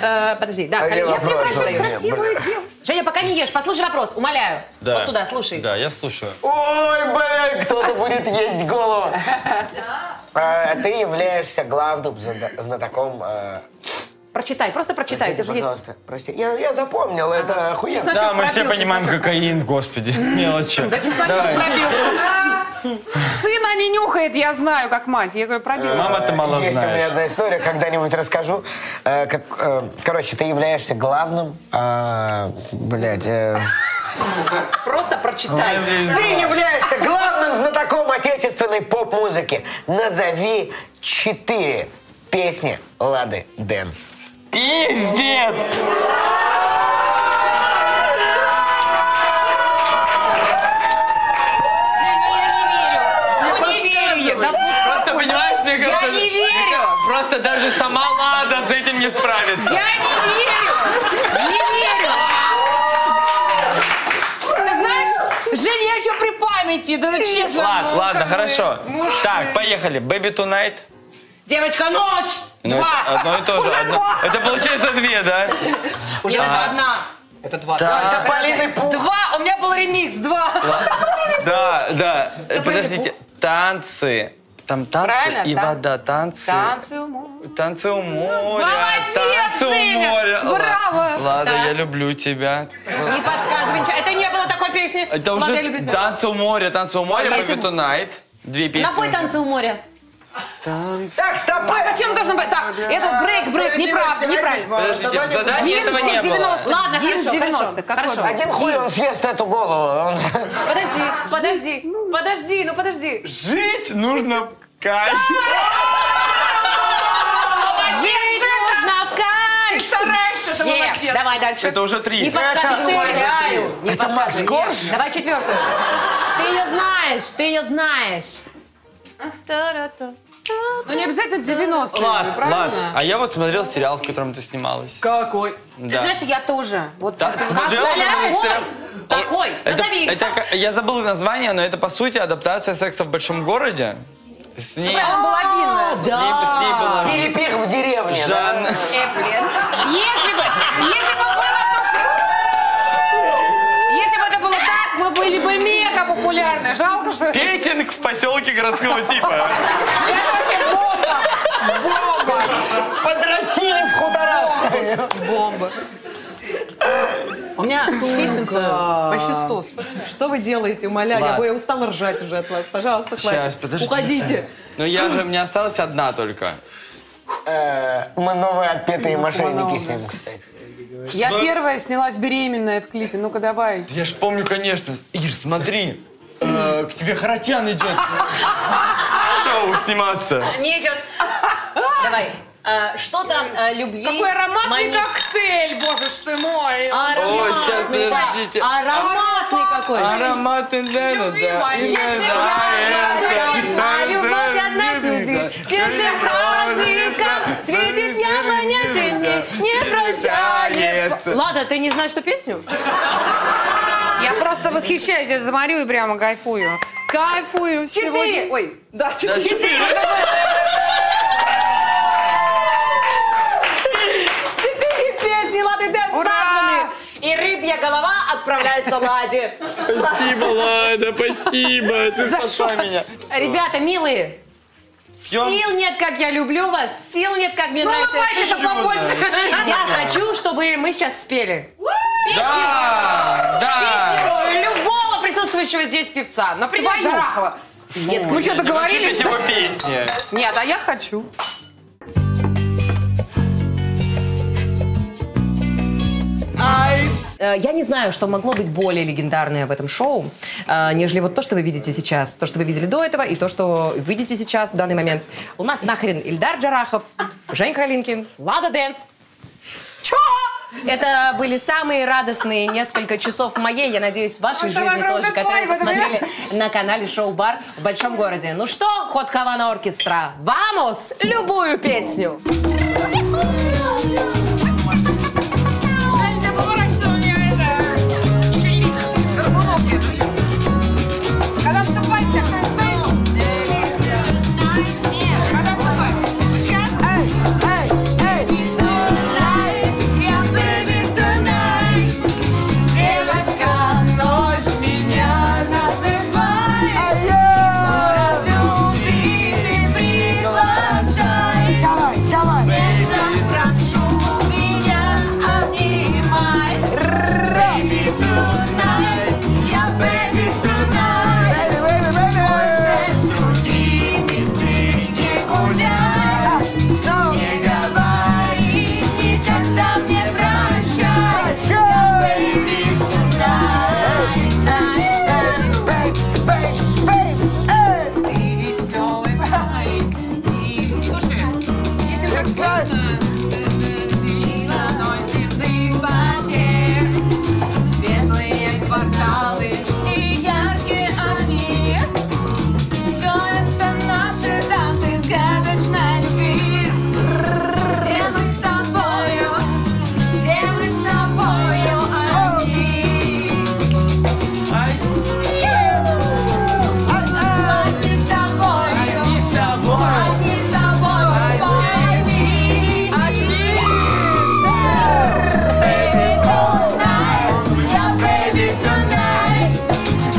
S10: Э, подожди, да,
S5: А где
S10: Калина, я
S5: вопрос?
S10: превращусь
S5: Блин,
S10: в красивую.
S12: красивую девушку.
S10: Женя, пока не ешь, послушай вопрос, умоляю. Вот туда, слушай.
S6: Да, я слушаю.
S5: Ой, блин, кто-то будет есть голову. А, Ты являешься главным зада- знатоком... э,
S10: Прочитай, просто прочитай, у
S5: Простите,
S10: тебя же есть...
S5: пожалуйста, прости. Я, я запомнил, это охуенно.
S6: Да, мы все понимаем кокаин, господи, мелочи.
S7: Да чесночок
S6: Давай.
S7: пробил. Сына не нюхает, я знаю, как мать. Я говорю, пробил.
S6: Мама, ты мало
S5: Есть у меня
S6: знаешь.
S5: одна история, когда-нибудь расскажу. Э, как, э, короче, ты являешься главным... э, блядь... э,
S10: Просто прочитай.
S5: Ты являешься главным знатоком отечественной поп-музыки. Назови четыре песни Лады Дэнс.
S6: Пиздец!
S7: Я
S12: Я не верю. Ну, не
S7: подсказываю,
S12: верю.
S7: да пусть.
S6: Просто понимаешь, мне кажется...
S12: не
S6: мне
S12: верю.
S6: кажется, Просто даже сама Лада с этим не справится.
S12: Я не верю. Не верю. Ты знаешь, Женя, я еще при памяти, да честно.
S6: Ладно, ладно, хорошо. Так, поехали. Baby Tonight.
S12: Девочка, ночь!
S6: Ну,
S12: Два!
S6: это одно и то же.
S12: Уже
S6: одно-
S12: два!
S6: Это получается две, да?
S12: Уже это одна.
S5: Это Полины Пух.
S12: Два! У меня был ремикс, два!
S6: Да, да. Э, Подождите. Танцы. Там танцы
S12: Правильно,
S6: и
S12: да.
S6: вода. Танцы.
S12: Танцы умом.
S6: Танцы у моря.
S12: Молодец,
S6: Танцы у
S12: Женя!
S6: моря. Ла-
S12: Браво!
S6: Лада,
S10: Да.
S6: я люблю тебя.
S10: Не подсказывай ничего. Это не было такой песни.
S6: Это
S10: Лада,
S6: уже
S10: я люблю тебя.
S6: танцы у моря, танцы у моря,
S10: Танцы
S6: Baby
S10: у-
S6: Tonight. Две песни.
S10: Напой
S6: уже.
S10: танцы у моря.
S5: Так, стопы!
S12: Зачем должен быть? Так, это брейк, брейк, неправда, неправильно.
S6: Подождите, в задании
S7: Минус
S6: этого не
S7: всех
S6: было.
S7: 90.
S10: Ладно,
S7: Минус
S10: хорошо,
S7: 90,
S10: хорошо,
S7: как
S10: хорошо.
S7: вот.
S5: Один хуй он съест эту голову. Он-
S10: Подожди, подожди, подожди, ну подожди.
S6: Жить нужно кайф.
S10: Жить нужно в кайф!
S7: Стараешься, ты
S10: Е,
S7: молодец.
S10: давай дальше.
S6: Это уже
S10: Не
S6: три.
S10: подсказывай, умоляю. Не
S5: Это Макс
S10: подсказывай.
S5: Корж?
S10: Е, Давай четвертую. Ты ее знаешь, ты ее знаешь. Та-ра-та.
S7: Ну не обязательно 90
S6: Лад, лад.
S7: правильно?
S6: А я вот смотрел сериал, в котором ты снималась.
S10: Какой?
S7: Ты знаешь, я тоже. Вот
S6: Да,
S7: ты
S6: ты
S7: сказала,
S6: смотрела
S7: «Соляр,
S6: этот
S7: ой,
S6: сериал?
S10: Какой?
S6: Это,
S10: Назови.
S6: это как- я забыл название, но это по сути адаптация секса в большом городе. С ней,
S7: Он был
S10: А,
S7: один.
S6: с ней- с ней была
S5: Перепих в деревне. да?
S6: Жанна.
S12: Если бы, если бы было то, что- Если бы это было так, мы были бы мега популярны. Жалко, что это
S6: Петинг в поселке городского типа.
S12: вообще бомба.
S5: Подрочили в хуторах.
S10: У меня песенка.
S7: Почти 100.
S10: Что вы делаете, умоляю?
S6: Ладно.
S10: Я, я устала ржать уже от вас. Пожалуйста,
S6: Сейчас,
S10: хватит.
S6: подождите.
S10: Уходите.
S6: Но я же, мне осталась одна только.
S5: Э, Мы новые отпетые мошенники с ним, кстати.
S7: Я первая снялась беременная в клипе. Ну-ка давай.
S6: Я ж помню, конечно. Ир, смотри, э, к тебе Харатьян идет. В Шоу сниматься.
S10: Не идет. Давай. А, что там э, любви?
S12: Какой ароматный
S10: мани-
S12: коктейль, боже ж ты мой.
S6: О,
S10: Ароматный,
S6: щас,
S10: да.
S6: подождите.
S10: Ароматный какой.
S6: Аромат и Лена, да. и
S12: Любимая.
S6: Лена,
S10: Я
S6: да,
S10: тебя
S6: это,
S10: знаю, а
S6: да,
S10: любовь
S6: да,
S10: одна
S6: да,
S10: глядит.
S6: да.
S10: Сердце праздника, светит дня
S6: Да,
S10: маня
S6: да,
S10: сильней. Не прощание.
S6: тянет.
S10: Ладно, ты не знаешь эту песню?
S7: Я просто восхищаюсь, я заморю и прямо кайфую. Кайфую.
S10: Четыре.
S7: сегодня.
S10: Ой, да, четыре.
S7: четыре.
S10: Четыре песни Лады Дэнс названы. И рыбья голова отправляется Ладе.
S6: Спасибо, Лада, спасибо. Ты
S10: За
S6: спасла
S10: что?
S6: меня.
S10: Ребята, милые,
S6: Пьем?
S10: сил нет, как я люблю вас, сил нет, как мне нравится.
S7: улыбайся
S10: эта
S7: там побольше.
S10: песня. Я хочу, чтобы мы сейчас спели. Песню.
S6: Да, да.
S10: Песню любого присутствующего здесь певца. Например,
S7: Ваню.
S10: Джарахова. Нет,
S7: Мы что-то говорили,
S6: Начались
S7: что...
S6: его песни.
S7: Нет, а я хочу.
S10: Э, Я не знаю, что могло быть более легендарное в этом шоу, э, нежели вот то, что вы видите сейчас, то, что вы видели до этого, и то, что видите сейчас в данный момент. У нас нахрен Ильдар Джарахов, Женька Калинкин, Лада Дэнс. Чё? Это были самые радостные несколько часов в моей, я надеюсь, в вашей
S7: Маша,
S10: жизни
S7: вокруг
S10: тоже,
S7: ты
S10: которые вы
S7: свадьбы
S10: посмотрели на канале Шоу Бар в Большом Городе. Ну что, ход Хавана Оркестра, вамос, любую песню.
S12: Когда вступать, так на Когда вступать? Сейчас? Эй, эй, эй! Tonight, yeah, baby, tonight. Девочка, ночь меня называет. Ура, любимый, приглашай. Нежно прошу меня, обнимай. Baby, tonight, yeah, baby, tonight. Больше с другими ты не гуляй. Не говори никогда мне прощай. Yeah, baby, tonight. Ты веселый парень. Слушай, если так сложно, Лиза носит их потерь. Светлые кварталы и яркие огни. Все это наши танцы сказочной любви. Где мы с тобою, где мы с тобою одни? Одни с тобою, одни с тобою, пойми. Baby tonight, yeah, baby tonight.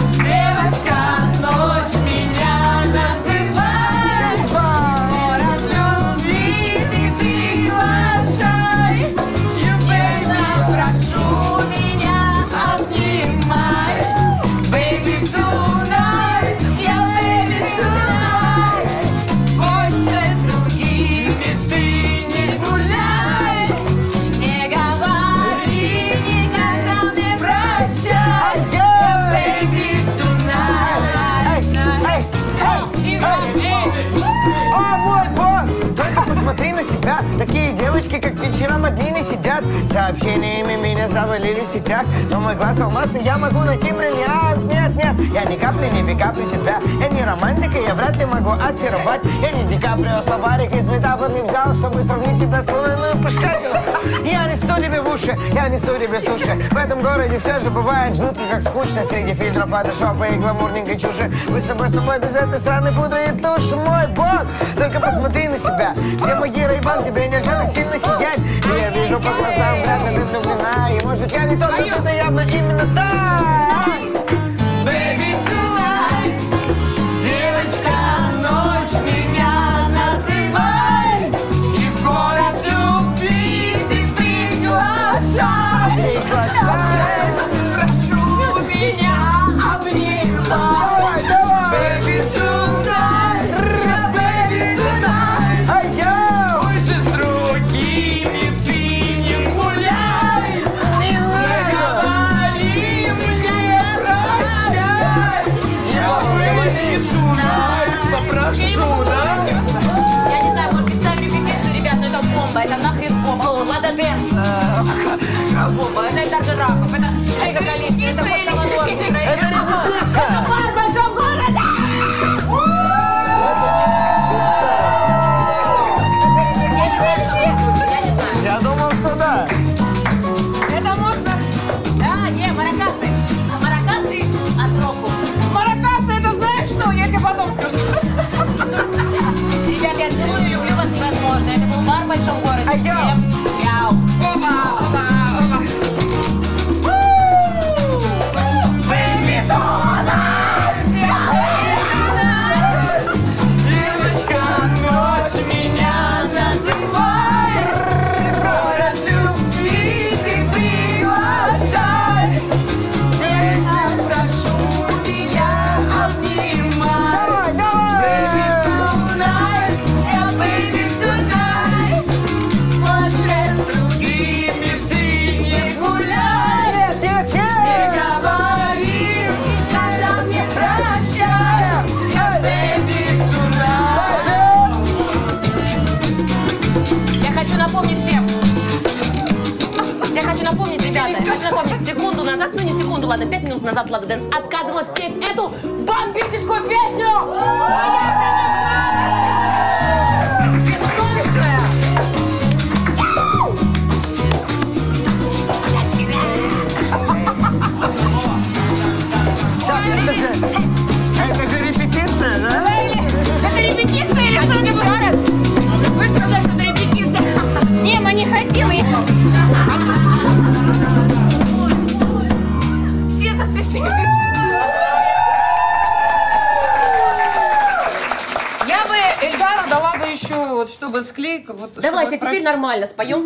S12: Девочка, ночь меня называет. Город любви ты приглашай. Нежно прошу меня, обнимай. Baby tonight, yeah, baby tonight. Больше с другими ты не гуляй. Не говори никогда мне прощай. Yeah, baby tonight. И говори.
S5: О, мой бог! Только посмотри на себя. Такие девочки, как вечером одни не сидят. Сообщениями меня завалили в сетях. Но мой глаз алмаз, и я могу найти бриллиант. Нет, нет, я ни капли не пикаплю тебя. Я не романтика, я вряд ли могу очаровать. Я не Ди Каприо, словарик из метафор не взял, чтобы сравнить тебя с лунной пушкатиной. Я несу тебе в уши, я несу тебе суши. В этом городе все же бывает жутко, как скучно. Среди фильтров, фотошопа и гламурненькой чуши. Быть собой собой без этой сраной пудры и туши. Мой бог, только посмотри на себя. Где мои рейбан, тебе нельзя так сильно сиять. И я вижу по глазам, вряд ли ты влюблена. И может я не тот, но ты-то явно именно так.
S12: Baby tonight, девочка, ночь меня называй, и в город любви ты приглашай. Прошу меня
S5: Давай,
S12: обнимать.
S5: давай!
S12: Baby tonight, baby tonight,
S5: Ай, йоу!
S12: больше с другими ты не гуляй, не говори мне.
S10: э,
S12: А
S10: бар в большом городе. Всем мяу.
S12: Девочка, ночь меня называет. Город любви ты приглашай. Бэйби, прошу меня обнимай. Давай, давай. Бэйби, tonight, я бэйби, tonight. Больше с другими ты не гуляй. Не говори, никогда мне прощай. Я бэйби, tonight.
S10: Я хочу напомнить всем. Я хочу напомнить, ребята, я хочу напомнить, секунду назад, ну не секунду, ладно, пять минут назад Лада Дэнс отказывалась петь эту бомбическую песню! Бессовестная!
S12: Это же, это же репетиция, да?
S14: Это репетиция или что? Еще раз. Вы что сказали, что это репетиция? Не, мы не хотим. Все засветились.
S7: Я бы Эльдару дала бы еще, вот, чтобы склейка... Вот,
S10: Давайте, теперь нормально споем.